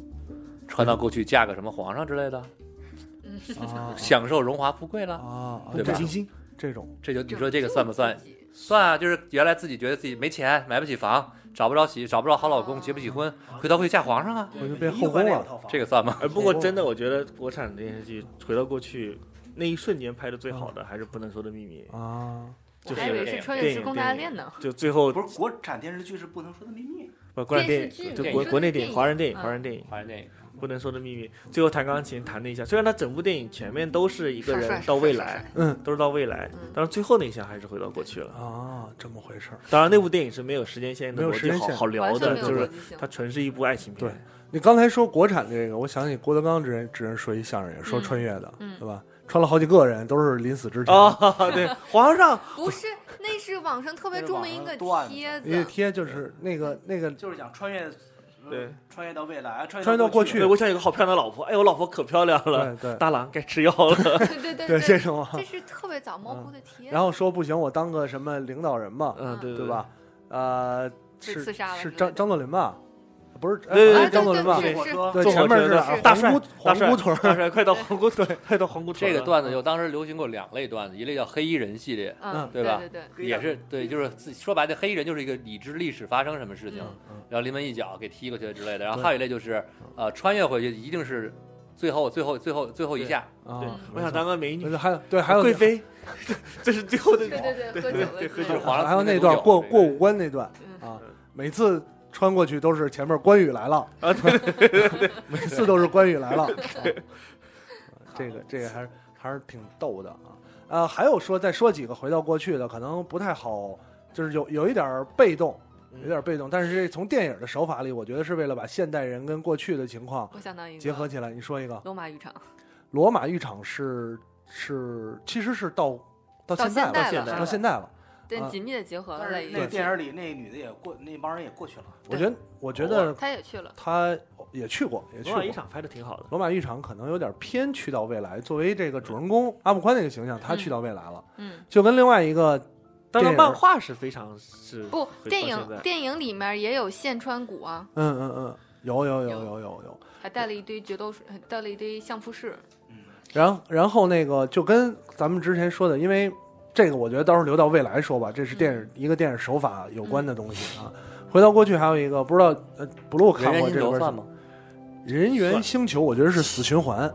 穿到过去嫁个什么皇上之类的，啊 享受荣华富贵了，啊，对吧这金星，这种这就你说这个算不算拯救？自己算啊，就是原来自己觉得自己没钱，买不起房，找不着媳，找不着好老哦公，结不起婚，回到过去嫁皇上啊，我就变后宫了。这个算吗？哎，不过真的，我觉得国产电视剧回到过去那一瞬间拍的最好嗯的还是《不能说的秘密啊，我就是还以为是穿越时空大家恋呢》，，就最后不是国产电视剧是不能说的秘密，不国产电电视影，剧就电国影国内电影、华人电影、嗯华人电影还是那个《不能说的秘密》，最后弹钢琴弹那一下，虽然他整部电影前面都是一个帅帅人帅到未帅来帅。嗯都是到未来，嗯但是最后那一下还是回到过去了。啊，这么回事儿。当然，那部电影是没有时间线没的有逻时辑间好线好聊完全的，没有就逻是辑性它。纯是一部爱情片。对你刚才说国产这个，我想起郭德纲之前之前说一相声，也说嗯穿越的，嗯对吧？穿了好几个人，都是临死之前。啊， 对，皇上不是，那是网上特别著名一个帖一子，个贴就是那个那个就是讲穿越，嗯对，穿越到未来，穿穿越到过去对哎我想有个好漂亮的老婆，哎，我老婆可漂亮了，对对大郎该吃 药了。 对对对对这种啊，这是嗯特别早猫扑的帖子然。后说不行，我当个什么领导人嘛，嗯，对对？吧？呃，被是刺杀了之是类张的张作霖吧？不是，哎对对好像对是张作霖吧？对坐火车，对，坐前火面车是的哪儿大黄帅姑大黄帅姑屯儿大帅，快到皇姑屯，快到皇姑屯 这了。个段子就当时流行过两类段子，一类叫黑衣人系列，嗯，对对吧对对，也是对，就是自己说白了，黑衣人就是一个已知历史发生什么事嗯情，然后临门一脚给踢过去之类的。然后还有一类就是，呃，穿越回去一定是最后最后最后最后一下，啊对嗯，我想当个美没女错，还有对， 还有贵妃，这是最后的。对对对，喝酒了，喝就是酒皇上还有赐那那段种过对过五关那段嗯啊，每次穿过去都是前面关羽来了啊， 每次都是关羽来了，啊这个这个还是还是挺逗的啊。呃，还有说再说几个回到过去的，可能不太好，就是有有一点儿被动，有点儿被动。但是这从电影的手法里，我觉得是为了把现代人跟过去的情况我想当一个结合起来。你说一个，罗马浴场，罗马浴场是是其实是到到到现在现代了，了到现在了。对啊，紧密的结合了但在是一那个起。电影里那女的也过，那帮人也过去了。我觉得我觉得他也去了，他也去过，也去罗马过一。场拍的挺好的，罗马浴场可能有点偏去到未来，作为这个主人嗯公阿木宽那个形象，他去到未来了，嗯，就跟另外一个当然电影漫画是非常是不，回电到现在影电影里面也有线穿鼓啊，嗯嗯嗯，有有有有有有，还带了一堆决斗士，还带了一堆相扑士，嗯然后然后那个就跟咱们之前说的，因为这个我觉得到时候留到未来说吧，这是嗯电影、一个电影手法有关的东西啊。回到过去还有一个不知道呃，不露看人过猿这星本球儿算吗？人猿星球，我觉得是死循环。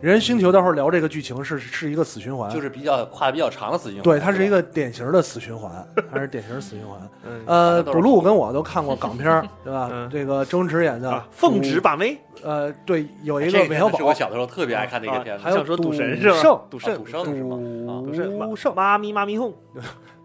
人猿星球，到时候聊这个剧情是是一个死循环，就是比较跨得比较长的死循环。对，它是一吧个典型的死循环，它是典型的死循环。嗯呃，都补是录跟我都看过港片儿，对吧？嗯这个周星驰演的啊，奉旨吧，把妹，呃，对，有一这个个片韦小子是我宝，小的时候特别爱看的一个片子，还有想说赌啊赌神是吧圣赌啊圣赌圣是吗？啊，赌不是赌妈圣，妈咪妈咪哄，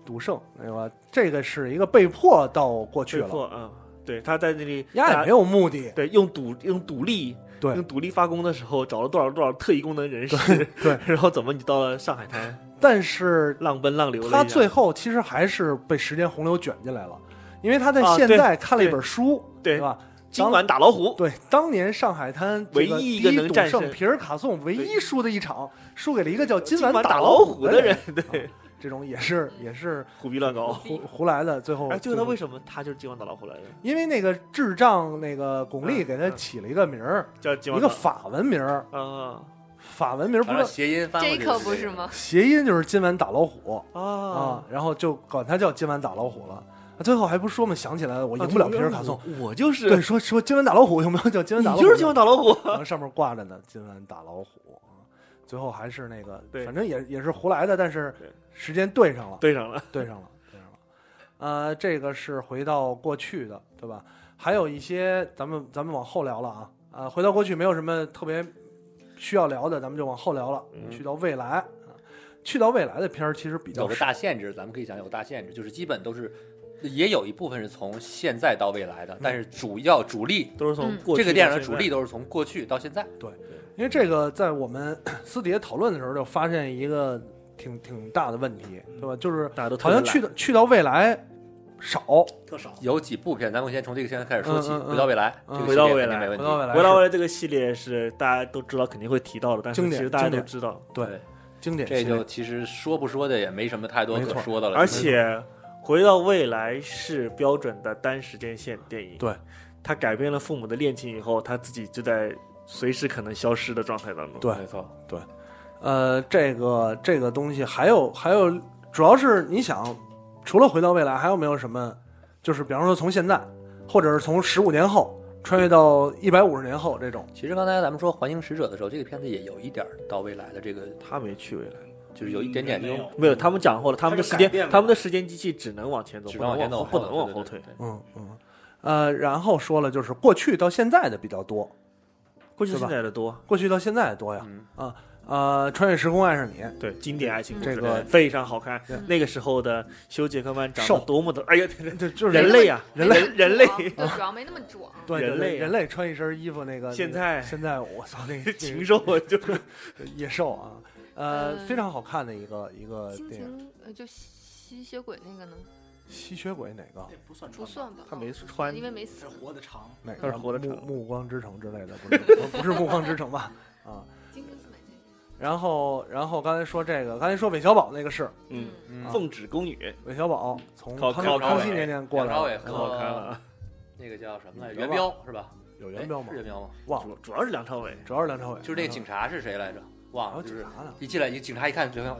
赌圣，对吧？这个是一个被迫到过去被了，迫嗯，对，他在那里丫也大没有目的，对，用赌用赌力，对用赌力发功的时候找了多少多少特异功能人士，对， 然后怎么你到了上海滩但是浪奔浪流了一下？他最后其实还是被时间洪流卷进来了，因为他在啊现对在看了一对本书，对对吧？今晚打老虎，对，当年上海滩这唯一一第个一能赌战圣胜皮尔卡颂唯一输的一场，输给了一个叫今今晚打打老虎虎的人人，，对，这种也是也是虎逼乱搞。胡胡来的。最后，哎，最后他为什么他就是今晚打老虎来的？因为那个智障那个巩俐嗯给他嗯起了一个名儿，叫今一晚个打法文名儿，啊，法文名不完知了道谐音翻过这去可是不这是个？吗？谐音就是今晚打老虎啊啊，，然后就管它叫今晚打老虎了。啊最后还不是说嘛，想起来了，我赢不了皮尔卡颂。，啊我就是对，说说今晚打老虎有没有叫今晚打老虎？晚打 老虎，然后上面挂着呢，今晚打老虎。啊最后还是那个，对反正也也是胡来的，但是对时间对上了，对上了。对上了，对上了。呃，这个是回到过去的，对吧？还有一些，咱们咱们往后聊了啊。呃，回到过去没有什么特别需要聊的，咱们就往后聊了。去到未来，啊去到未来的片儿其实比嗯有较个少。大限制，咱们可以讲有个大限制，就是基本都是，也有一部分是从现在到未来的，但是主要主力都是从嗯过去这个电影的到主现在力都是从过去到现在。因为这个，在我们 私底下讨论的时候，就发现一个挺挺大的问题，对吧？就是大家都特好像别懒去到去到未来少，特少。有几部片，咱们先从这个现在开始说起，嗯嗯嗯回到未来》嗯这个回到系列肯未定来没问回题。到未来回到是未来这个系列是大家都知道肯定会提到的，但是经其典实大家经都典知道，对经典系这列，就其实说不说的也没什么太多没可错说的了。而且。回到未来是标准的单时间线电影，对，他改变了父母的恋情以后，他自己就在随时可能消失的状态当中。对没错，呃，这个这个东西还有还有，主要是你想，除了回到未来，还有没有什么？就是比方说从现在，或者是从十五年后穿越到一百五十年后这种，其实刚才咱们说《环形使者》的时候，这个片子也有一点儿到未来的这个，他没去未来，就是有一点点这种没有，他们讲过了，他们的他时是改变间，了他们的时间机器只能往前走，只不能往能前走，后，不能往后退对。。对对嗯嗯，呃，然后说了就是过去到现在的比较多，过去是吧现在的多，过去到现在的多呀，嗯啊呃，穿越时空爱上你，对，经典爱情故事这个非常好看对。那个时候的修杰克曼长瘦得多么的，哎 呀，就就是人类啊，人类人类没 那么壮对主要没那么壮。对对人对类啊人类穿一身衣服那个，现那个在现在我操那个禽兽啊就是野兽啊，呃，嗯非常好看的一个一个亲电影。情呃，就吸血鬼那个呢，吸血鬼哪个？不算不算吧？他没哦穿因为没死是。活的长。哪个？但是活得暮长暮光之城之类的，不是不是不是暮光之城吧？啊，金根四美那个然后然后刚才说这个，刚才说韦小宝那个是嗯，嗯奉旨宫女韦小宝从靠康靠康熙朝年伟间过来梁朝伟的，和很好看了 啊，那个叫什么来着？元元彪彪是吧？有哎元彪吗是？元彪吗？忘了，主主要是梁 朝伟，主要是梁朝伟，就是那个警察是谁来着？然忘后了，就哦警是察呢？一进来，一警察一看刘翔，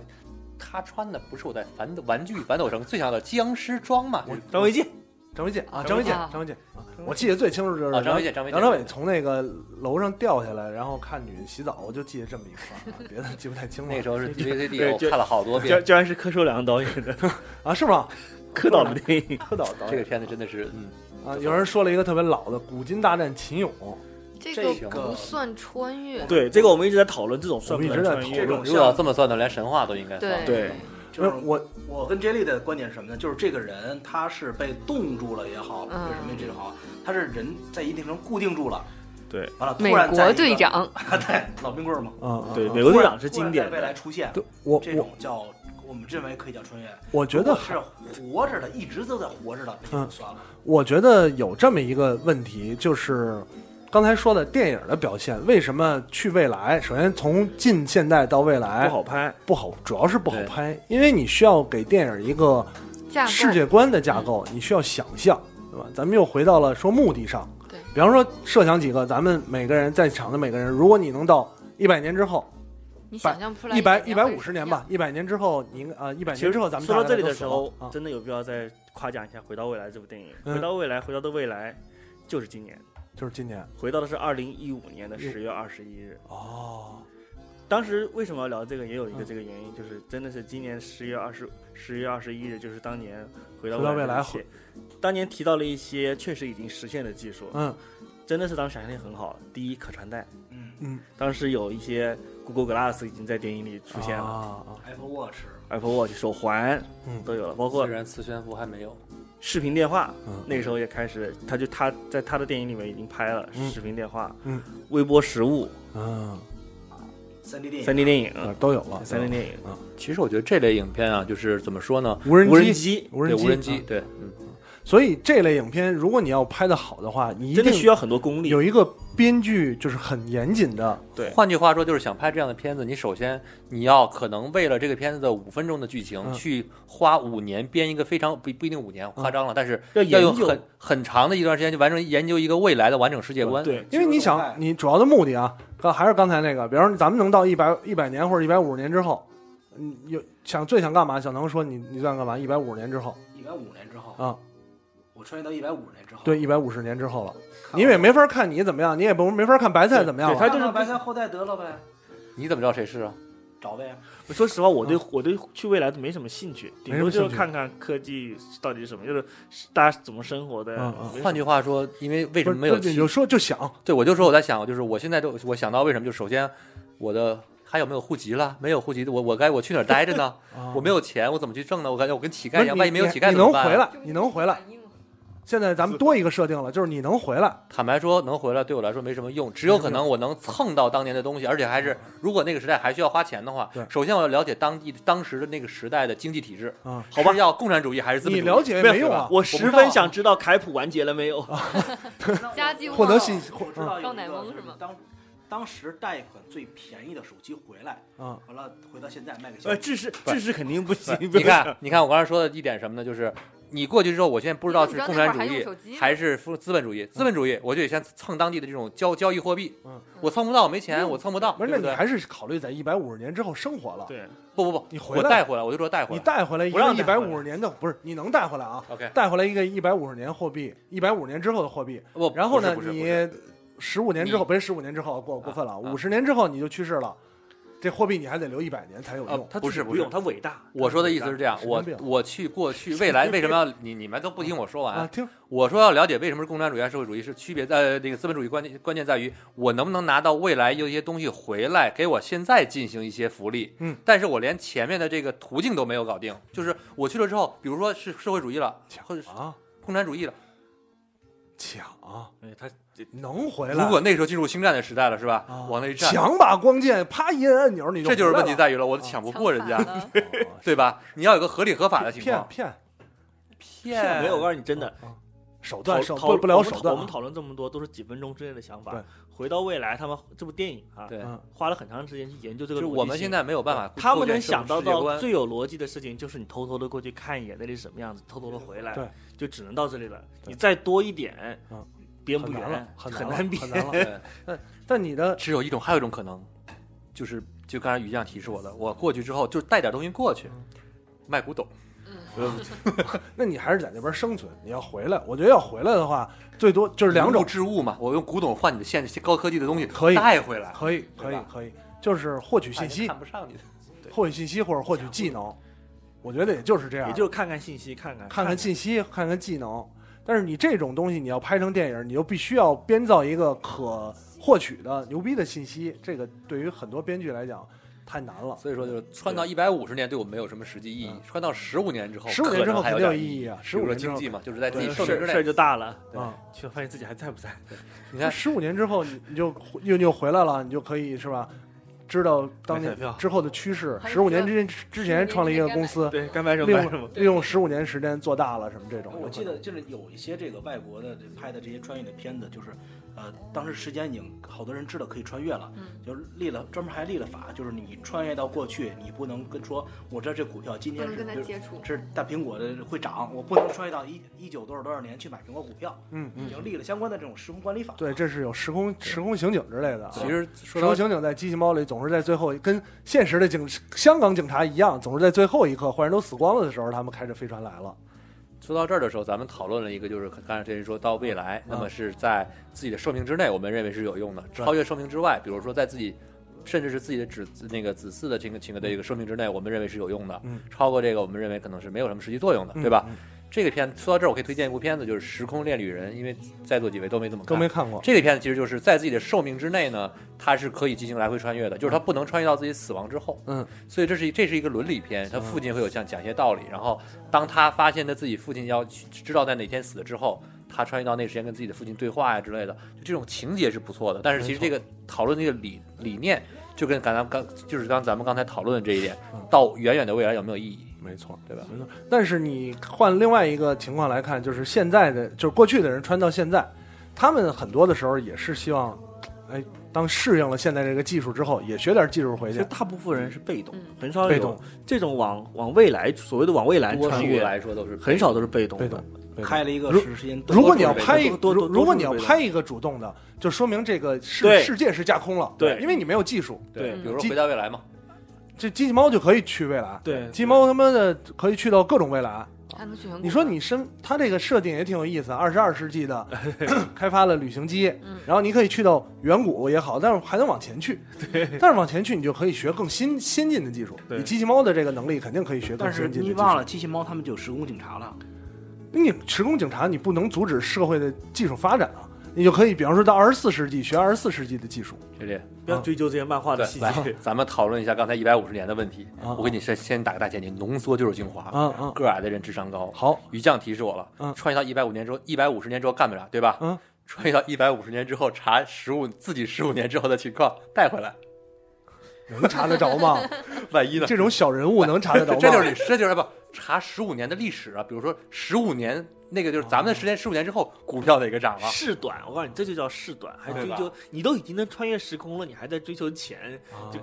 他穿的不是我在反斗玩具反斗城最想要的僵尸装嘛？就是张卫健张卫健啊，张张卫卫健健，张卫健，啊我记得最清楚就是啊，张卫健，张卫健，梁朝伟从那个楼上掉下来，然后看女人洗澡，我就记得这么一块儿，别的记不太清了。那个时 候是 DVCD，对我就看了好多居然遍。居然是柯受良导演的 啊，是吗？柯导的电影，柯导导这个演片子真的是，嗯，啊，有人说了一个特别老的《古今大战秦俑》，这这个个不算穿越， 对这个我们一直在讨论这种算不我算们一直在穿讨越论这种如果要这么算的，连神话都应该算。对对，就是呃不是我我跟 Jelly 的观点是什么呢？就是这个人他是被冻住了也好，嗯为什么这种好，他是人在一定程度固定住了。对，完了突美然在一国个队，长， 对，老冰棍儿嘛，啊，对啊美国队长是经典突然在未来的，出现，对我这种叫我们认为可以叫穿越。我觉如得果是活着的，一直都在活着的，嗯那就算了。我觉得有这么一个问题，就是刚才说的电影的表现，为什么去未来？首先从近现代到未来不好拍，不好主要是不好对拍，因为你需要给电影一个架构世界观的架构，你需要想象，对吧？咱们又回到了说目的上，对比方说设想几个，咱们每个人在场的每个人，如果你能到一百年之后，你想象不出来一百一一百五十年吧，，一百年之后，你应啊一百其实年之后咱们说到大这概里都的死时候了，啊真的有必要再夸奖一下《回到未来》这部电影。嗯回到未来，回到的未来就是今年，就是今年回到的是二零一五年的十月二十一日。哦，当时为什么要聊这个，也有一个嗯这个原因，就是真的是今年十月二十十月二十一日，就是当年回到回到未未来来写，当年提到了一些确实已经实现的技术，嗯真的是当时想象力很好。第一，可穿戴，嗯嗯，当时有一些 Google Glass 已经在电影里出现了啊啊，Apple Watch， ，Apple Watch 手环嗯都有了，包括虽然磁悬浮还没有，视频电话，嗯那个时候也开始，他就他在他的电影里面已经拍了嗯视频电话、嗯微波食物、嗯，三 D 电三影， D 电影、嗯哪儿都有了，三 D 电影、其实我觉得这类影片啊，就是怎么说呢？无人无人机机，无人对机无人机，啊对，嗯，所以这类影片，如果你要拍的好的话，你一真的定需要很多功力。有一个编剧就是很严谨的，对换句话说，就是想拍这样的片子，你首先你要可能为了这个片子的五分钟的剧情，嗯去花五年编一个非常不不一定五年夸张了，但是要要研用究很很长的一段时间去完成研究一个未来的完整世界观。，嗯对，因为你技术想，动态你主要的目的啊，刚还是刚才那个，比方说咱们能到一百一百年或者一百五十年之后，你有想最想干嘛？小能说你你最想干嘛？一百五十年之后一百五年之后，啊，我穿越到一百五年之后，对，，一百五十年之后了，看你也没法看你怎么样，你也不没法看白菜怎么样对了他他就是就是白菜后代得了呗，你怎么知道谁是啊？找呗。 说实话，我对我对去未来都没什么兴趣，顶多没什么就兴是趣看看科技到底是什么，就是大家怎么生活的嗯嗯。没什么换句话说，因为为什不么是没有就期有说就想，对，我就说我在想，就是我现在都我想到为什么，就首先我的还有没有户籍了？没有户籍，我我该我去哪儿待着呢？我没有钱，我怎么去挣呢？我感觉我跟乞不是丐一样，万一你没有你乞丐你怎么能办啊？回来，你能回来。现在咱们多一个设定了，就是你能回来，坦白说，能回来对我来说没什么用，只有可能我能蹭到当年的东西，而且还是如果那个时代还需要花钱的话嗯对，首先我要了解当地当时的那个时代的经济体制，啊，好吧？要共产主义还是资本你主义？了解也没用啊，我十分想知道凯普完结了没有。 家鸡获得旺信息我知道嗯有一个装奶翁是吗当当时贷款最便宜的手机回来，嗯啊，完了回到现在卖给小呃，孩。智识智识肯定不行。你看，你看我刚才说的一点什么呢？就是你过去之后，我现在不知道是共产主你义怎么知道那会儿还用手机呢还是资资本主义。资本主义，我就得先蹭当地的这种交交易货币嗯。我蹭不到，我没钱，我蹭不到，不对是，那不你对？还是考虑在一百五十年之后生活了。对，不不不，你回我来带回来，我就说带回你来。带回来一不个让一带百回来五十年的，不是你能带回来啊？ OK，带回来一个一百五十年货币，一百五十年之后的货币。不，然后呢，不是不是不是啊你十五年之后，不是十五年之后过过分了，五十年之后你就去世了，这货币你还得留一百年才有用。 他不是自己不不是用，他伟大。我说的意思是这样，神经我病我去过去未来为什么要你你们都不听我说啊，完？听我说要了解为什么是共产主义和社会主义是区别在呃那个资本主义关键关键在于我能不能拿到未来有一些东西回来给我现在进行一些福利，嗯，但是我连前面的这个途径都没有搞定，就是我去了之后，比如说是社会主义了，或者是啊，共产主义了，抢哎，他能回来？如果那时候进入星战的时代了，是吧啊？往那一站，抢把光剑，啪一摁按钮，你这就是问题在在于了，我哦抢不过人家，骗对吧？你要有个合理合法的情骗况，骗骗没有，我告诉你，真的手讨段，手讨不不聊我们手讨段我们啊。讨论这么多都是几分钟之内的想对法。回到未来，他们这部电影啊，对，嗯花了很长时间去研究这就是个逻辑性。我们现在没有办法，他们能想到世界到观最有逻辑的事情，就是你偷偷的过去看一眼那里是什么样子，偷偷的回来，对，就只能到这里了。你再多一点嗯，编不很难圆了，，很难编很。 难了。对但你的只有一种，还有一种可能，就是就刚才于酱提示我的，我过去之后就带点东西过去，卖古董。那你还是在那边生存，你要回来。我觉得要回来的话，最多就是两以种物，置物嘛，我用古董换你的现高科技的东西，可以带回来。可以，可啊对以吧，可以，就是获取信哎息看，不上你的，获取信息或者获取技能，我觉得也就是这样，也就是看看信息，看看看看看信息，看看技能。但是你这种东西，你要拍成电影，你就必须要编造一个可获取的牛逼的信息，这个对于很多编剧来讲太难了。所以说就是穿到一百五十年对我们嗯没有什么实际意义，穿到十五年之后，十五年之可后能还肯有定有点意义。义啊，比十如五说年之经后济嘛，就是在自己对寿事命儿之事儿内。就大了。啊，去了发现自己还在不在？你那看，十五年之后你你就又又回来了，你就可以是吧？知道当买年彩票之后的趋势。还有十五年之前之前创立一个公司，对，该买什利么买什么用。利用十五年时间做大了什么这种。我记得就是有一些这个外国的这拍的这些穿越的片子，就是，呃，当时时间已经好多人知道可以穿越了，嗯就是立了专门还立了法，就是你穿越到过去，你不能跟说我知道这股票今不 天能是跟他比如接触。这大苹果的会涨，我不能穿越到一一九多少多少年去买苹果股票，嗯已经立了相关的这种时空管理法。对，这是有时空时空刑警之类的啊。其实时说到空刑警在《机器猫》里总是在最后跟现实的警香港警察一样，总是在最后一刻坏人都死光了的时候，他们开着飞船来了。说到这儿的时候，咱们讨论了一个，就是刚才这人说到未来，嗯那么是在自己的寿命之内，我们认为是有用的；超越寿命之外，比如说在自己，甚至是自己的子那个子嗣的这个这个的一个寿命之内，我们认为是有用的。嗯超过这个，我们认为可能是没有什么实际作用的，嗯对吧？这个片说到这儿，我可以推荐一部片子，就是《时空恋旅人》，因为在座几位都没怎么看都没看过，这个片子其实就是在自己的寿命之内呢，它是可以进行来回穿越的，就是它不能穿越到自己死亡之后。嗯，所以这是一这是一个伦理片，他父亲会有像讲一些道理，然后当他发现他自己父亲要去知道在哪天死了之后，他穿越到那个时间跟自己的父亲对话呀、之类的，就这种情节是不错的。但是其实这个讨论这个理理念，就跟刚才刚就是刚咱们刚才讨论的这一点，到远远的未来有没有意义？没错，对吧？没错。但是你换另外一个情况来看，就是现在的，就是过去的人穿到现在，他们很多的时候也是希望，哎，当适应了现在这个技术之后，也学点技术回其去实。大部分人是被动嗯，很少有被动这种往往未来所谓的往未来多穿数越，来说都是很少都是被动被的。动。被动开了一个如时间段，如果你要拍一个，多如多多如果你要多数被动拍一个主动的，就说明这个世对世界是架空了，对因为你没有技术，对，嗯比如说回到未来嘛，这机器猫就可以去未来，对机器猫他妈的可以去到各种未来。他们去你说你身，它这个设定也挺有意思。二十二世纪 的开发了旅行机嗯，然后你可以去到远古也好，但是还能往前 去。但是往前去，你就可以学更新先进的技术。对你机器猫的这个能力肯定可以学更但是先进的技你术。忘了机器猫他们就有时空警察了，你时空警察，你不能阻止社会的技术发展啊！你就可以，比方说到二十四世纪学二十四世纪的技术这里不嗯要追究这些漫画的细对，来节。咱们讨论一下刚才一百五十年的问题。啊我给你先先打个大前提，浓缩就是精华。啊啊！个矮的人智商高。好，于酱提示我嗯了，穿越到一百五年之后，一百五十年之后干不了，对吧？嗯，穿越到一百五十年之后，查十五自己十五年之后的情况带回来，能查得 着吗？万一呢？这种小人物能查得着 吗？这就是你，这就是不查十五年的历史啊，比如说十五年那个就是咱们的时间，十五年之后股票哪个涨啊了？试短，我告诉你，这就叫试短，还对追吧究你都已经能穿越时空了，你还在追求钱，就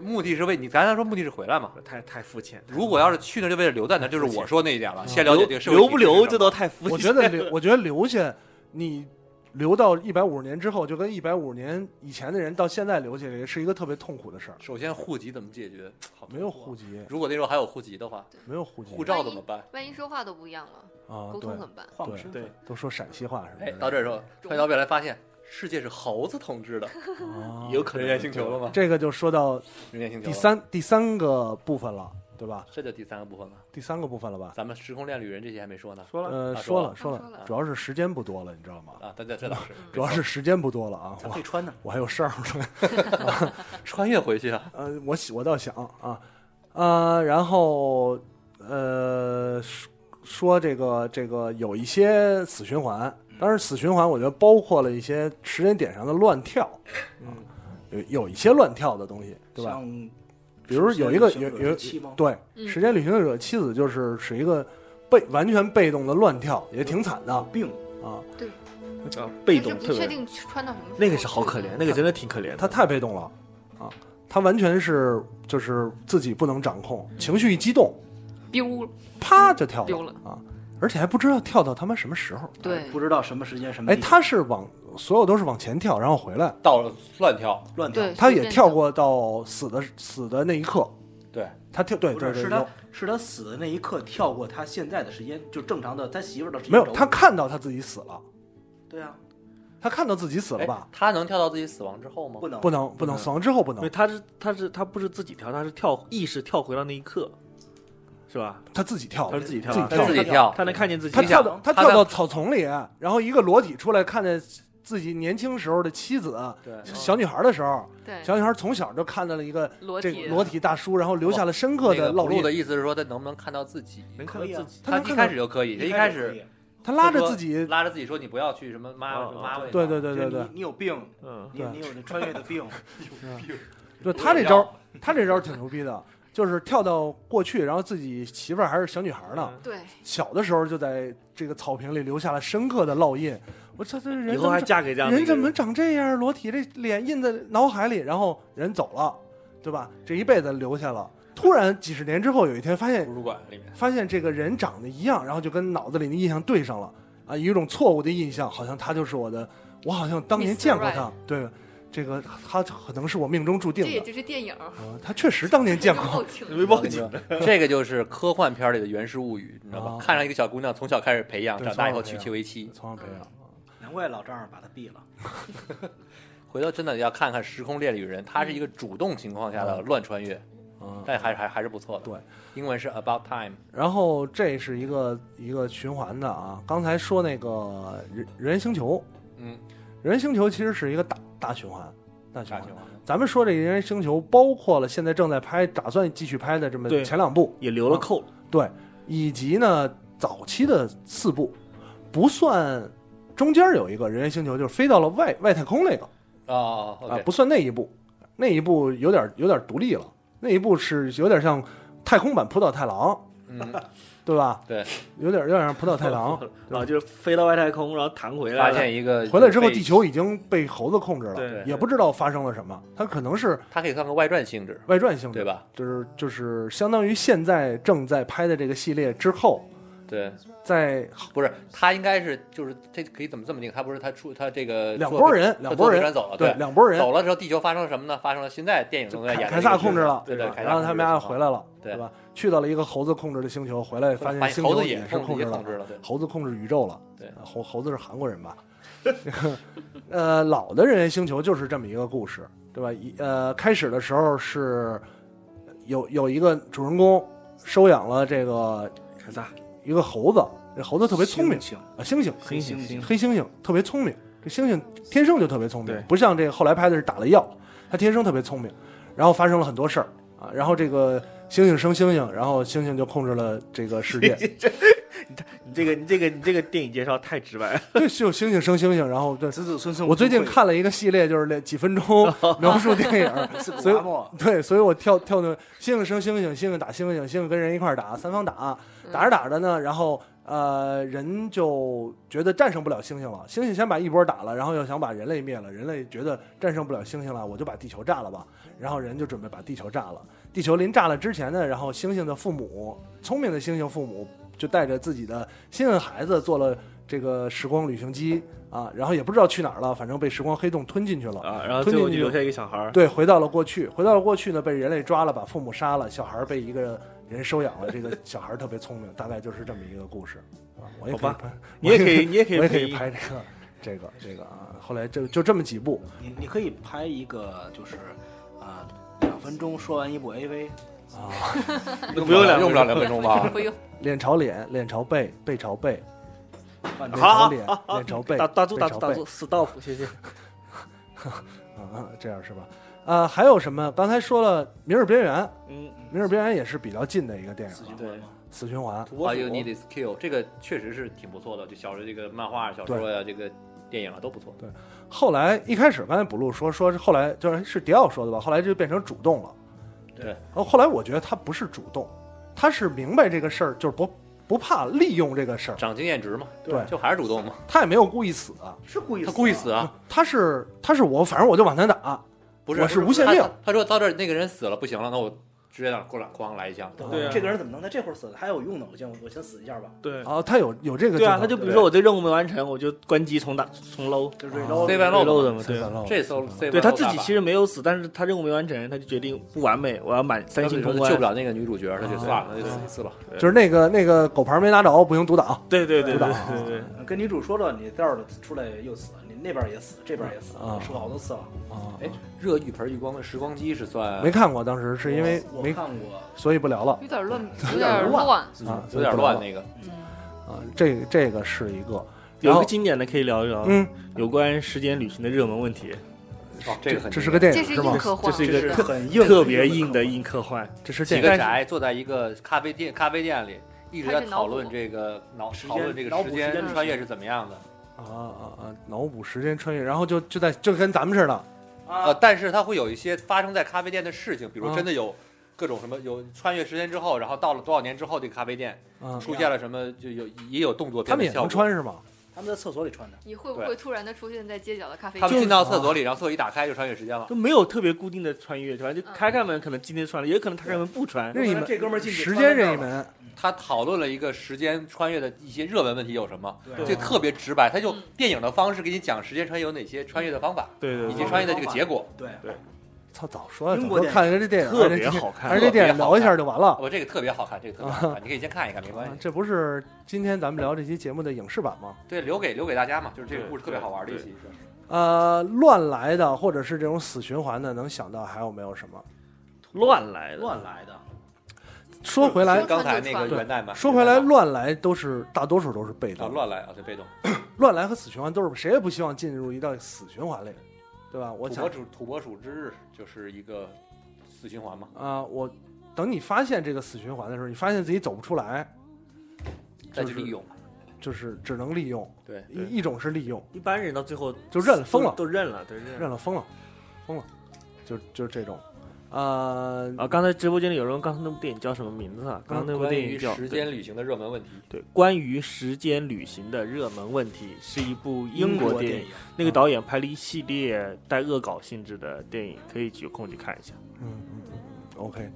目的是为你，咱刚才说目的是回来嘛。太太肤浅。如果要是去那就为了留在那，就是我说那一啊点了。先了解这个社会留不留，这这都太肤浅。我觉得留，我觉得留下你留到一百五十年之后，就跟一百五十年以前的人到现在留下来，是一个特别痛苦的事儿。首先户籍怎么解决？好没有户籍，嗯如果那时候还有户籍的话，没有户籍护照怎么办？万一说话都不一样了，啊沟，对通，怎么办？换个身份对。都说陕西话什么哎的，，到这儿的时候，穿越到未来发现世界是猴子统治的，啊哎有可人能猿星球了吗？这个就说到 人猿星球第了，三第三个部分了，对吧？这就第三个部分了。第三个部分了吧？咱们时空恋旅人这些还没说呢，说了，呃，啊啊说说了了说啊说了，了主要是时间不多了，你知道吗？啊，大家这倒是主要是时间不多了啊，咱可以我穿呢，我还有事儿。 穿越回去啊，呃，我喜我倒想啊，呃，然后呃说说这个这个有一些死循环，嗯当然死循环我觉得包括了一些时间点上的乱跳，嗯，有有一些乱跳的东西，对吧？像比如有一个像有有有期吗？对嗯时间旅行者妻子就是是一个被完全被动的乱跳，也挺惨的有病，啊，被但是动不特确别定穿到什么时候。那个是好可怜，那个真的挺可怜的。他太被动了啊，他完全是就是自己不能掌嗯控，情绪一激动，丢啪就跳丢了啊，而且还不知道跳到他妈什么时候。对不知道什么时间什么哎，地他是往所有都是往前跳，然后回来，到了乱跳，乱跳对，，他随也便跳走。过到死的死的那一刻，对，他跳对不对是对是对他，是他死的那一刻跳过他现在的时间，就正常的他媳妇儿的时间没有轴他看到他自己死了，对啊，他看到自己死了哎吧？他能跳到自己死亡之后吗哎不？能不能不能，死亡之后不因为能，他是他是他不是自己跳，他是跳意识跳回到那一刻，是吧？他自己跳他的，是自己跳自己的，跳自己跳他能看见自己。他跳的到他他跳在到草丛里，然后一个裸体出来，看见自己年轻时候的妻子对，小女孩的时候，对，小女孩从小就看到了一个裸这体个裸体大叔，然后留下了深刻那的个烙露印的。意思是说他能不能看到自己？能可看到以啊自己，他能一看开到始就可以，他一一开始可始以他拉着说自己，拉着自己说你不要去什么妈哦哦妈妈，对对对就对是对你，你有病，嗯，你对你有这穿越的 病，对他这招，他这招挺牛逼的，就是跳到过去，然后自己媳妇儿还是小女孩嗯呢，对，小的时候就在这个草坪里留下了深刻的烙印。我操，这人以怎后还么嫁给这样的一人个怎么长这样？裸体这脸印在脑海里，然后人走了，对吧？这一辈子留下了。突然几十年之后，有一天发现图书馆里面，发现这个人长得一样，然后就跟脑子里的印象对上了啊，有一种错误的印象，好像他就是我的，我好像当年 Mr. 见过他，对，这个他可能是我命中注定这也的就是电影儿。啊，他确实当年见 过后， 情没报警， 这个就是科幻片里的《源氏物语》，你知道哦吗？看上一个小姑娘，从小开始培养，对长大以后从小培娶养妻为妻。从小培养。难怪老丈人把他毙了。回头真的要看看《时空恋旅人》，它是一个主动情况下的乱穿越，啊，但还还还是不错的。嗯对，英文是 About Time，然后这是一个一个循环的啊。刚才说那个人人猿星球，嗯，人猿星球其实是一个大大循环，大循啥环情。况？咱们说这人猿星球，包括了现在正在拍、打算继续拍的这么对前两部，也留了扣了。对，以及呢早期的四部，不算中间有一个人猿星球，就是飞到了外外太空那个哦啊，OK，，不算那一部，那一部有点有点独立了，那一部是有点像太空版浦岛太郎，嗯，对吧？对，有点有点像浦岛太 郎。啊，就是飞到外太空，然后弹回来发了，现一个回来之后，被地球已经被猴子控制了，对也不知道发生了什么。它可能是它可以算个外传性质，外传性质，对？吧？就是就是相当于现在正在拍的这个系列之后，对，在不是，它应该是就是这可以怎么这么定？它不是它出它这个两坐拨飞人，它坐两拨飞人船走了，对，两拨人走了之后，地球发生了什么呢？发生了现在电影中在演凯的凯这个撒事情控制了，对吧吧？凯撒然后他控们制俩了回来了，对对吧？去到了一个猴子控制的星球，回来发现星猴球子也是控制也了控，制了，对，猴子控制宇宙了。对呃猴猴子是韩国人吧？ 呃，老的《人猿星球》就是这么一个故事，对吧？一呃，开始的时候是有有一个主人公收养了这个凯撒一个猴子，这猴子特别聪明猩猩啊，猩猩，黑猩猩黑猩猩特别聪明，这猩猩天生就特别聪明对，不像这个后来拍的是打了药，他天生特别聪明，然后发生了很多事儿啊，然后这个猩猩生猩猩，然后猩猩就控制了这个 世界，你这个你这个你这个电影介绍太直白了，对，就猩猩生猩猩，然后对。子子孙孙我最近看了一个系列，就是那几分钟 描述电影，是古所以阿莫，对，所以我跳跳的猩猩生猩猩，猩猩打猩猩，猩猩跟人一块儿打，三方打，打着打着呢，然后呃，人就觉得战胜不了猩猩了，猩猩先把一波打了，然后又想把人类灭了，人类觉得战胜不了猩猩了，我就把地球炸了吧，然后人就准备把地球炸了。地球临炸了之前呢，然后猩猩的父母，聪明的猩猩父母就带着自己的心爱的孩子做了这个时光旅行机啊，然后也不知道去哪儿了，反正被时光黑洞吞进去了。啊，然后吞最后进去就留下一个小孩儿，对，回到了过去，回到了过去呢，被人类抓了，把父母杀了，小孩儿被一个人收养了。这个小孩儿特别聪明，大概就是这么一个故事。啊，我也可以好吧拍，你也可以你也可以我也可配以音拍这个，这个，这个啊。后来就就这么几部，你你可以拍一个就是啊两分钟说完一部 AV，不用两用分不了两分钟吧？ 不用，脸朝脸，脸朝背，背朝背，半脸天好朝脸，脸朝背，打打住背打朝住打背住，stop，谢谢。啊啊，这样是吧？啊，还有什么？刚才说了《明日边缘》，《嗯，明日边缘》也是比较近的一个电影死了，循环吗？死循环。土拨啊，鼠有 Need is Kill，这个确实是挺不错的，就小时候这个漫画、小说呀、这个电影啊都不错。后来一开始刚才补录说说是后来就是是迪奥说的吧，后来就变成主动了。对然后后来我觉得他不是主动，他是明白这个事儿，就是不不怕利用这个事儿，长经验值嘛，对就还是主动嘛，他也没有故意死，啊是故意他故意死 啊，他是他是我，反正我就往前打，不是，我是无限他量他他说到这儿那个人死了，不行了，那我直接让过来哐来一枪，对吧对啊这个人怎么能在这会儿死呢？还有用呢，我先我先死一下吧，对啊，他有有这个对啊，镜头他就比如说我这任务没完成，我就关机重打重搂，就是啊 reload save and load 漏嘛的嘛，对啊。 Silent Road 这艘 save 对 and 他 load 自己大法其实没有死，但是他任务没完成，他就决定不完美，我要满三星通他关。救不了那个女主角，他就算啊了，那就死一次吧。就是那个那个狗牌没拿着，不行独挡对对对不对了对对，嗯跟女主说了，你到时候出来又死，你那边也死，这边也死，啊说好多次了。啊。哎，热浴盆浴光的时光机是算没看过，当时是因为我没啊我，看过，所以不聊了有点乱，点有点乱。嗯啊，嗯有点乱那个，啊。这个这个是一个，有然一后个经典的可以聊一啊聊，嗯，有关时间旅行的热门问题，哦这个很这是个电这影是吗硬？科幻，这是一这个是很硬的特别硬硬的的硬科幻。这是几电个影，宅坐在一个咖啡店咖啡店里，一直在开始脑讨补论这个脑时间讨论这脑个补时时间间旅穿越是怎么样的。啊啊啊！脑补时间穿越，然后就就在就跟咱们似的，呃，啊，但是它会有一些发生在咖啡店的事情，比如啊真的有各种什么有穿越时间之后，然后到了多少年之后，这个咖啡店嗯，出现了什么，就有也有动作他片们的也效能果。穿是吗？他们在厕所里穿的，你会不会突然的出现在街角的咖啡他们店？进到厕所里，然后厕所一打开就穿越时间了。就没有特别固定的穿越，反正就开开门，可能今天穿了，也可能他开门不穿。任意这门，哥们儿进去时穿间在这儿任意了，门，他讨论了一个时间穿越的一些热门问题有什么，对这特别直白，他就嗯电影的方式给你讲时间穿越有哪些穿越的方法，对对以对及对，穿越的这个结果。对，操，早说呀，英早国说电影看人家这电影，特哎别这好看而且这电影聊一下就完了。我哦这个特别好看，这个特别好看，你可以先看一看，没关啊系。这不是今天咱们聊这期节目的影视版吗？对，留给留给大家嘛，就是这个对故事特别好玩的一期。呃，乱来的或者是这种死循环的，能想到还有没有什么？乱来的，乱来的，说回来是，刚才那个对元旦嘛，说回来，元旦嘛乱来都是大多数都是被啊动，乱来啊，对被动。乱来和死循环都是谁也不希望进入一道死循环里，对吧？我土想拨鼠土拨鼠之日就是一个死循环嘛，啊，我等你发现这个死循环的时候，你发现自己走不出来，再去利用。就是只能利用。对对一一种是利用，一般人到最后就认了疯了都认了，对认认了疯了，疯了，就就这种。呃，啊，刚才直播间里有人问刚才那部电影叫什么名字啊？刚刚那部嗯关电影于叫时间旅行的热门问题，对，关于时间旅行的热门问题，是一部英国电电影。那嗯个导演拍了一系列带恶搞性质的电影，可以有空去看一下。嗯嗯嗯嗯，OK，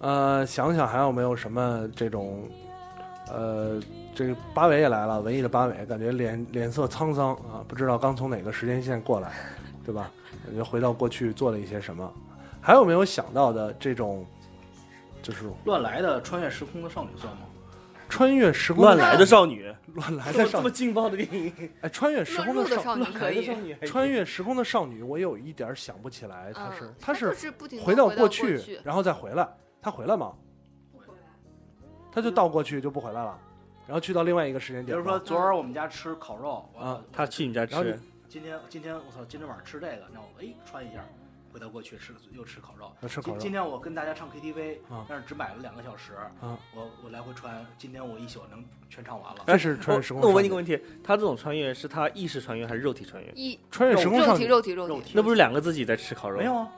呃，想想还有没有什么这种，呃，这个八尾也来了，文艺的八尾，感觉脸脸色沧桑啊，不知道刚从哪个时间线过来，对吧？感觉回到过去做了一些什么，还有没有想到的这种，就是乱来的穿越时空的少女算吗？穿越时空乱来的少女，乱来的这么这少么女，劲爆的电影，哎，穿越时乱空入的少少女可以，女穿越时空的少女，我有一点儿想不起来，她嗯是它她就是是不停地回回到过过去，然后再回来。他回来吗？他就倒过去就不回来了，然后去到另外一个时间比点吗。如说昨儿我们家吃烤肉，我啊他去你家然后吃你，今天今天我操，今天晚上吃这个，那我哎穿一下，回到过去吃又吃烤肉。要吃烤今肉今，天我跟大家唱 KTV，啊但是只买了两个小时，啊我我来回穿，今天我一宿能全唱完了。这是穿越嗯时空。那我问你一个问题，他这种穿越是他意识穿越还是肉体穿越？一穿越时空肉少体女，肉体肉肉体，体那不是两个自己在吃烤肉？没有，啊，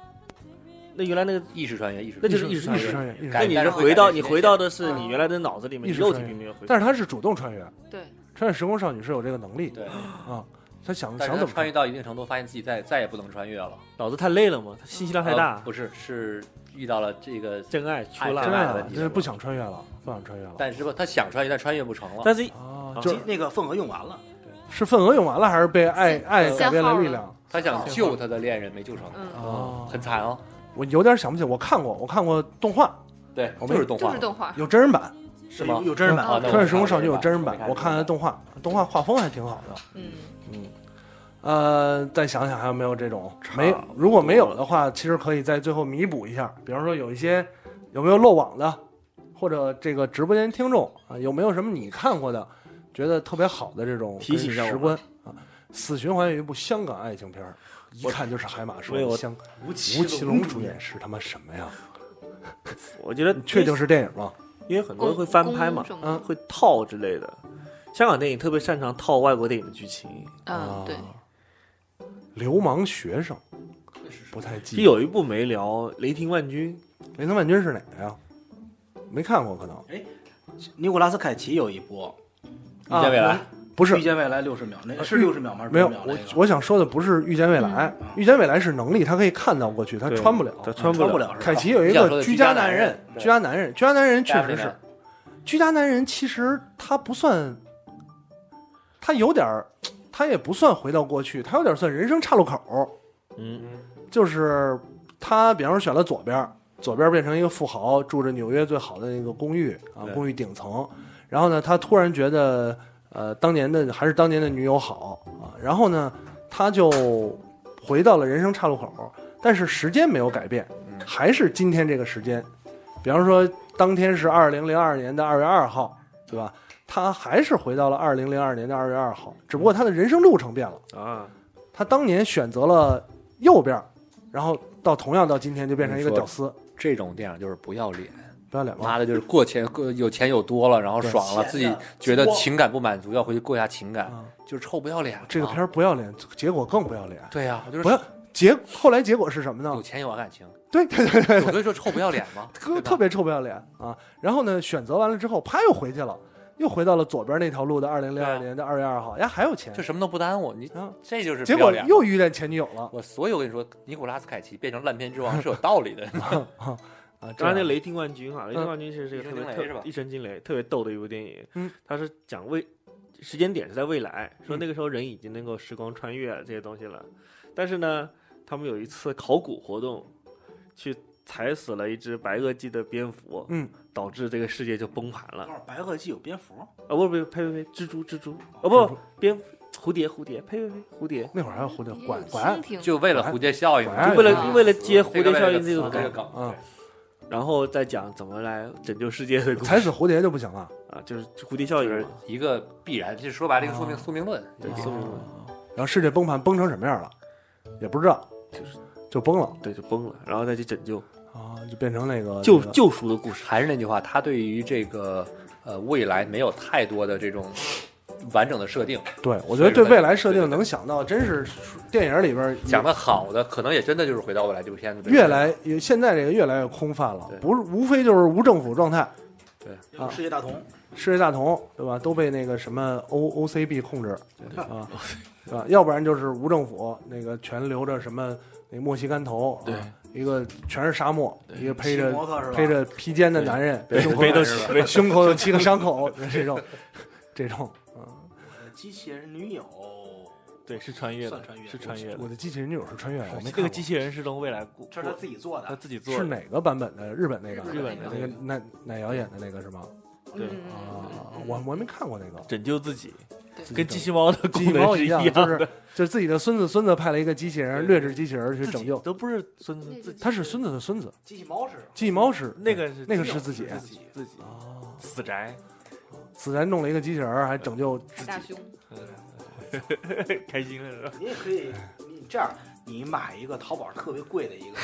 那原来那个，意识穿越，意识那就是意意识识穿穿越，意识越。穿越意识穿那越。你但是是会回改到变你时回间到的是你嗯原来的脑子里面，意你识肉穿越体并没有回。但是他是主动穿越，对，穿越时空少女是有这个能力对，啊。他想但想是他怎么穿越到一定程度，发现自己再再也不能穿越了，脑子太累了嗯嘛，他信息量太呃大，不是，是遇到了这个，真爱出爱哦来哎真真了。爱的爱了，问题啊就是是不想穿越了，不想穿越了。但是吧，他想穿越，但穿越不成了。但是啊，啊就那个份额用完了，是份额用完了，还是被爱爱改变了力量？他想救他的恋人，没救成，嗯，哦很惨哦。我有点想不起，我看过，我看过动画，对，我们就是动就画是，动画，有真人版。是吗有？有真人版啊的，那《我穿越时看空过少女》有吧真人版，我我看看了了动画，动画画风还挺好的。嗯，呃，再想想还有没有这种没？如果没有的话，其实可以在最后弥补一下。比方说有一些有没有漏网的，或者这个直播间听众啊，有没有什么你看过的，觉得特别好的这种提醒一下跟我时们观啊？死循环有一部香港爱情片儿，一看就是海马没说有香吴吴奇奇隆隆主演是他妈什么呀？我觉得确定是电影吗？因为很多公人会翻拍嘛公，什么嗯会套之类的。香港电影特别擅长套外国电影的剧情，嗯，对，流氓学生，不太记其实得。有一部没聊《雷霆万钧雷霆万钧是哪个呀？没看过，可能尼古拉斯凯奇有一部遇见未来，不是遇。见未来六十秒，那呃是六十秒吗？还是没有， 50秒我那个我想说的不是预见未来，预见未来是能力，他可以看到过去，他对穿不了。他穿穿不了了是吧？凯奇有一你想说个的居居家家男男人人，居家男人，居家男人确实 Family 是 Man，居家男人，其实他不算，他有点儿，他也不算回到过去，他有点算人生岔路口。》。嗯，就是他，比方说选了左边儿，左边儿变成一个富豪，住着纽约最好的那个公寓啊，对公寓顶层。然后呢，他突然觉得，呃，当年的还是当年的女友好啊。然后呢，他就回到了人生岔路口，但是时间没有改变，嗯还是今天这个时间。比方说，当天是二零零二年的二月二号，对吧？他还是回到了二零零二年的二月二号，只不过他的人生路程变了。啊，他当年选择了右边儿，然后到同样到今天就变成一个屌丝，这种电影就是不要脸，不要脸吗？妈的，就是过钱过有钱有多了，然后对爽了，自己觉得情感不满足，要回去过一下情感，啊，就是臭不要脸。这个片儿不要啊脸，结果更不要脸。对呀，我就不是要结后来结果是什么呢有？钱有感情，对对对 对，我所以说臭不要脸 嘛，特对吧特别臭不要脸啊！然后呢，选择完了之后，啪又回去了，又回到了左边那条路的二零零对二啊年的二月二号，呀还有钱就什么都不耽误，你啊，这就是结不要果脸又遇见前女友了我所以我跟你说，尼古拉斯凯奇变成烂片之王是有道 理的。啊！这刚才样那《雷霆万钧》哈，《雷霆万钧》其实是一个一特声惊雷别是特吧一声惊雷特别逗的一部电影，嗯，它是讲未时间点是在未来，说嗯那个时候人已经能够时光穿越这些东西了，但是呢，他们有一次考古活动，去踩死了一只白垩纪的蝙蝠，嗯，导致这个世界就崩盘了嗯告。诉白垩纪有蝙蝠，啊，不不，呸呸呸，蜘蛛蜘蛛，哦不，蝙蝠蝴蝶蝴蝶，呸呸呸，蝴蝶，那会儿还有蝴蝶也管有管蜻蜓，就为了蝴蝶效应管，啊为啊了为了接蝴蝶效应这哎这个这个梗，梗啊，然后再讲怎么来拯救世界的故事踩死蝴蝶就不行了，啊，就是蝴蝶效就应是嘛，一个必然，就是说白了，一个说明嗯啊宿命论。对，啊宿命论。然后世界崩盘崩成什么样了，也不知道，就是就崩了对，就崩了，然后再去拯救啊，就变成那个救那个救赎的故事。还是那句话，他对于这个呃未来没有太多的这种完整的设定，嗯对，我觉得对未来设定能想到，真是电影里边讲的好的，可能也真的就是回到未来这部片子越来现在这个越来越空泛了对，不是无非就是无政府状态，啊世界大同，世界大同对吧？都被那个什么 O O C B 控制啊，对吧？要不然就是无政府，那个全留着什么那墨西干头，啊对，一个全是沙漠，一个披骑着摩托是吧？披着披肩的男人，对胸口背都是吧背胸口有七个伤 口，这种这种，呃机器人女友对，是穿越的算穿越，是穿越我的。的机器人女友是穿越的，我没看这个过机器人是从未来过，这是他自己做他啊的，自己做是的，哪个版本的？日本那个日本的嗯那个奶奶瑶演的那个是吗？对嗯啊，我我还没看过那个。拯救自己，自己跟整机器猫的机器功能猫是一样样，的，就是就是自己的孙子孙子派了一个机器人对劣质机器人去自己拯救，都不是孙子自己，他是孙子的孙子，机器猫是机器猫是那个是那个是自己自己自己哦，死宅，死宅弄了一个机器人还拯 救是大胸，开心了是吧？你也可以，你这样，你买一个淘宝特别贵的一个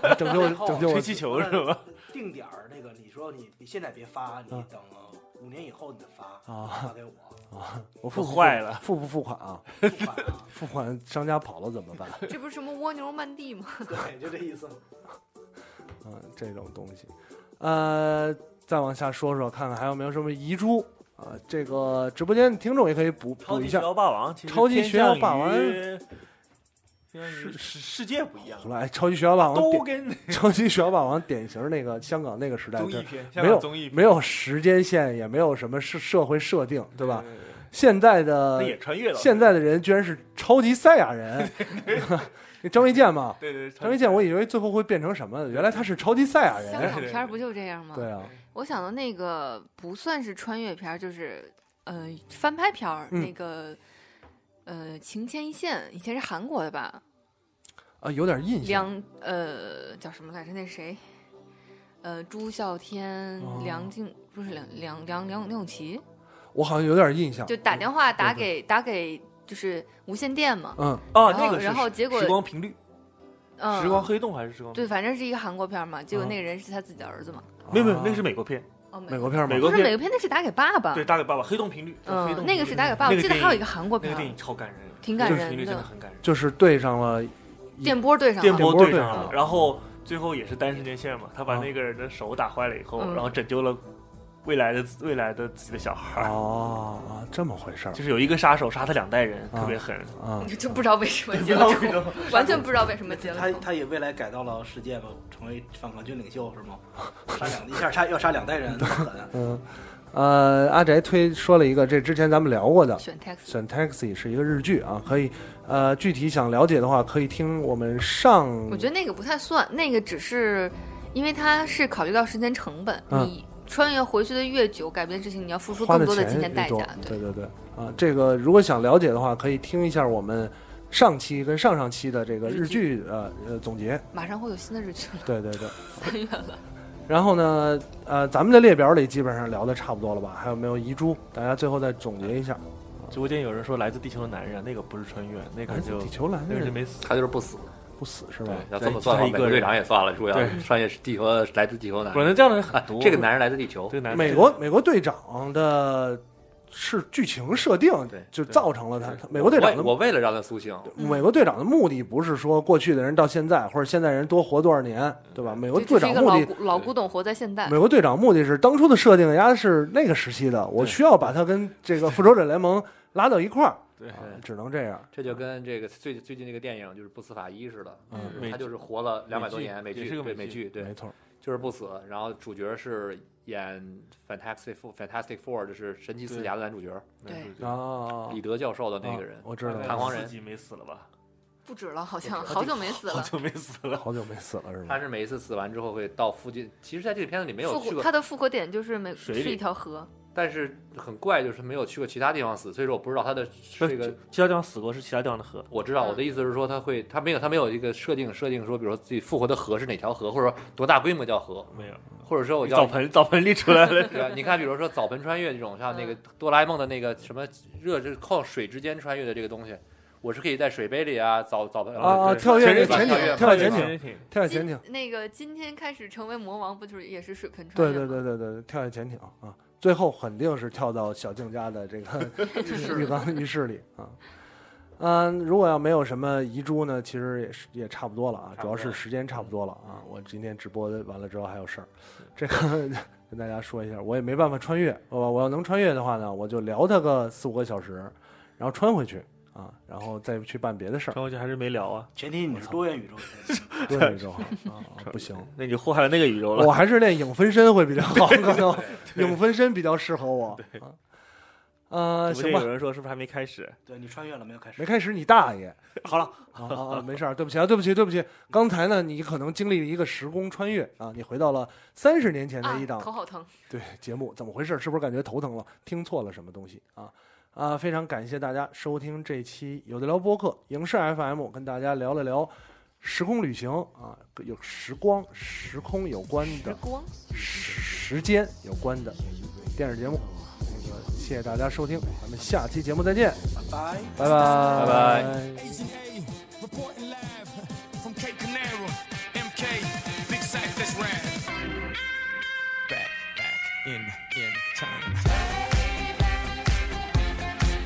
嗯拯救拯救吹我嗯气球是吧？？定点儿那个，你说你你现在别发，你嗯等五年以后你再发，啊发给我， 啊！我付不不付坏了，付不付款啊？不发啊付款商家跑了怎 么办？这不是什么蜗牛曼蒂吗？对，就这意思嘛。嗯，这种东西，呃，再往下说说看看还有没有什么遗珠啊、这个直播间的听众也可以补超补级一学下。校霸王，其实超级偏学校向霸王于偏向于世世界不一样好，了，哎超级学校霸王都典，跟超级学校霸王典型那个香港那个时代综哦对艺片，没香港有综艺片没有时间线，也没有什么社社会设定，对吧？？对对对现在那的也穿越了。呃现在的人居然是超级赛亚人， 那张卫健嘛，对对，对张卫健，我以为最后会变成什么呢？原来他是超级赛亚香人，港片儿不就这样吗？对啊，我想到那个不算是穿越片儿，就是呃翻拍片儿，嗯那个呃《情牵一线》，以前是韩国的吧？啊，有点印象，梁呃叫什么来着？那谁？呃，朱孝天、哦梁静不是梁梁梁梁梁咏琪，我好像有点印象，就打电话打对给打给就是无线电嘛。嗯，哦，然那后个是然后结果时光频率、嗯，时光黑洞还是时光？对，，反正是一个韩国片儿嘛。结果啊那个人是他自己的儿子嘛。没有没有，那啊个是美国片，哦，美国片吗？美不国是片美国片，那是打给爸爸。对，打给爸爸，黑洞频率，叫黑嗯洞，那个频是率打给爸爸。我啊那记个得还有一电影个韩国那片个儿，电影超感人，挺黑感洞频率人真的的，很感人，就是对上了电波对上电了。 波电波对对上上了嗯了，然后最后也是单时间线嘛，他把啊那个人的手打坏了以后，嗯然后拯救了未来的未来的自己的小孩儿，哦，啊这么回事儿就是有一个杀手杀他两代人，啊特别狠，啊，就不知道为什么结了仇，完全不知道为什么结了他仇。他也未来改造了世界嘛，成为反抗军领袖是吗？杀两一下杀要杀两代人，那么狠。嗯，呃，阿宅推说了一个，这之前咱们聊过的，选 taxi，选 Taxi 是一个日剧啊，可以，呃，具体想了解的话，可以听我们上，我觉得那个不太算，那个只是因为它是考虑到时间成本，嗯你穿越回去的越久，改变事情你要付出花更的多的金钱钱也代多价。，对对对，啊，这个如果想了解的话，可以听一下我们上期跟上上期的这个日日剧剧呃呃总结，马上会有新的日剧了，对对对。 三月了。然后呢，呃，咱们的列表里基本上聊的差不多了吧？还有没有遗珠？大家最后再总结一下。直播间有人说来自地球的男人，那个不是穿越，那个就哎地球蓝那个就人没死，他就是不死。不死是吧？要这么算的话，再一美个国队人长也算了。如果要对穿越地球，来自地球的男不人，能这样的人很啊多。这个男人来自地球这，个男人美国美国队长的是剧情设定对就对造成了他他美国队长我的我为了让他苏醒，美国队长的目的不是说过去的人到现在或者现在人多活多少年，对吧？美国这只队是一长个目老的。古老古董活在现代美，国队长目的是当初的设定，人家是那个时期的，我对需要把他跟这个复仇者联盟拉到一块儿，对啊只能这样。这就跟这个最最近那个电影就是《不死法医》似的，嗯美他就是活了两百多美剧年，美也剧是个对美美剧剧对没，错，就是不死。然后主角是演 Fantastic Four Fantastic Four，就是神奇四对侠的男主角对啊，李德教授的那个人啊，我知道了，弹簧人自己没死 了吧？不止了，好像好久没死好了。久没死了。好久没死了是他吧？是每一次死完之后会到附近，其实在这个片子里没有复去活，过它的复活点就是美是水里一条河，但是很怪，就是没有去过其他地方死，所以说我不知道他的不这是嗯个。其他地方死过是其他地方的河，我知道我的意思是说，他会他没有他没有一个设定设定说，比如说自己复活的河是哪条河，或者说多大规模叫河，没有。或者说我澡叫盆澡盆立出来了，对啊吧？你看，比如说澡盆穿越这种，像那个哆啦 A 梦的那个什么热就是靠水之间穿越的这个东西，我是可以在水杯里啊，澡澡盆啊啊，对跳全跃是潜跳艇，跃跳跃潜潜艇艇，艇，跳跃今潜艇，那个今天开始成为魔王，不就是也是水盆穿对越对吗？对对对，跳跃潜艇啊，最后肯定是跳到小静家的这 个浴缸浴室里啊。嗯，如果要没有什么遗珠呢，其实也是也差不多了啊，主要是时间差不多了啊。我今天直播完了之后还有事儿，这个跟大家说一下，我也没办法穿越，呃我我要能穿越的话呢，我就聊它个四五个小时，然后穿回去啊，然后再去办别的 事儿。然后就还是没聊啊，前提你是多元宇宙 的，多元宇宙啊， 啊不行，那你祸害了那个宇宙 我了。还是练影分身会比较好，可能影分身比较适合我。啊呃，昨行天吧有，人说是不是还没开始？对你穿越了没有？开始没开始你大爷！好了，啊啊啊，没事儿，对不起啊，对不起，对不起。刚才呢，你可能经历了一个时空穿越啊，你回到了三十年前的啊一档，头好疼。对节目，怎么回事？是不是感觉头疼了？听错了什么东西啊？啊，非常感谢大家收听这期有的聊播客影视 FM，跟大家聊了聊时空旅行啊，有时光、时空有关的时光，时间有关的电视节目。那个谢谢大家收听，咱们下期节目再见，拜。拜拜拜拜。 Agent A, reporting live from Cape Canaveral, MK, Big Sack, that's rad. Back, back, in, in time.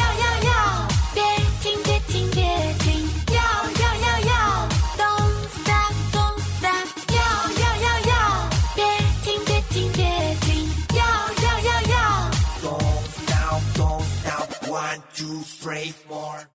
要要要，别停别停别停，要要要要，Don't stop Don't stop，要要要要，别停别停别停，要要要要。 Don't stop, don't stop, one, two, three, more.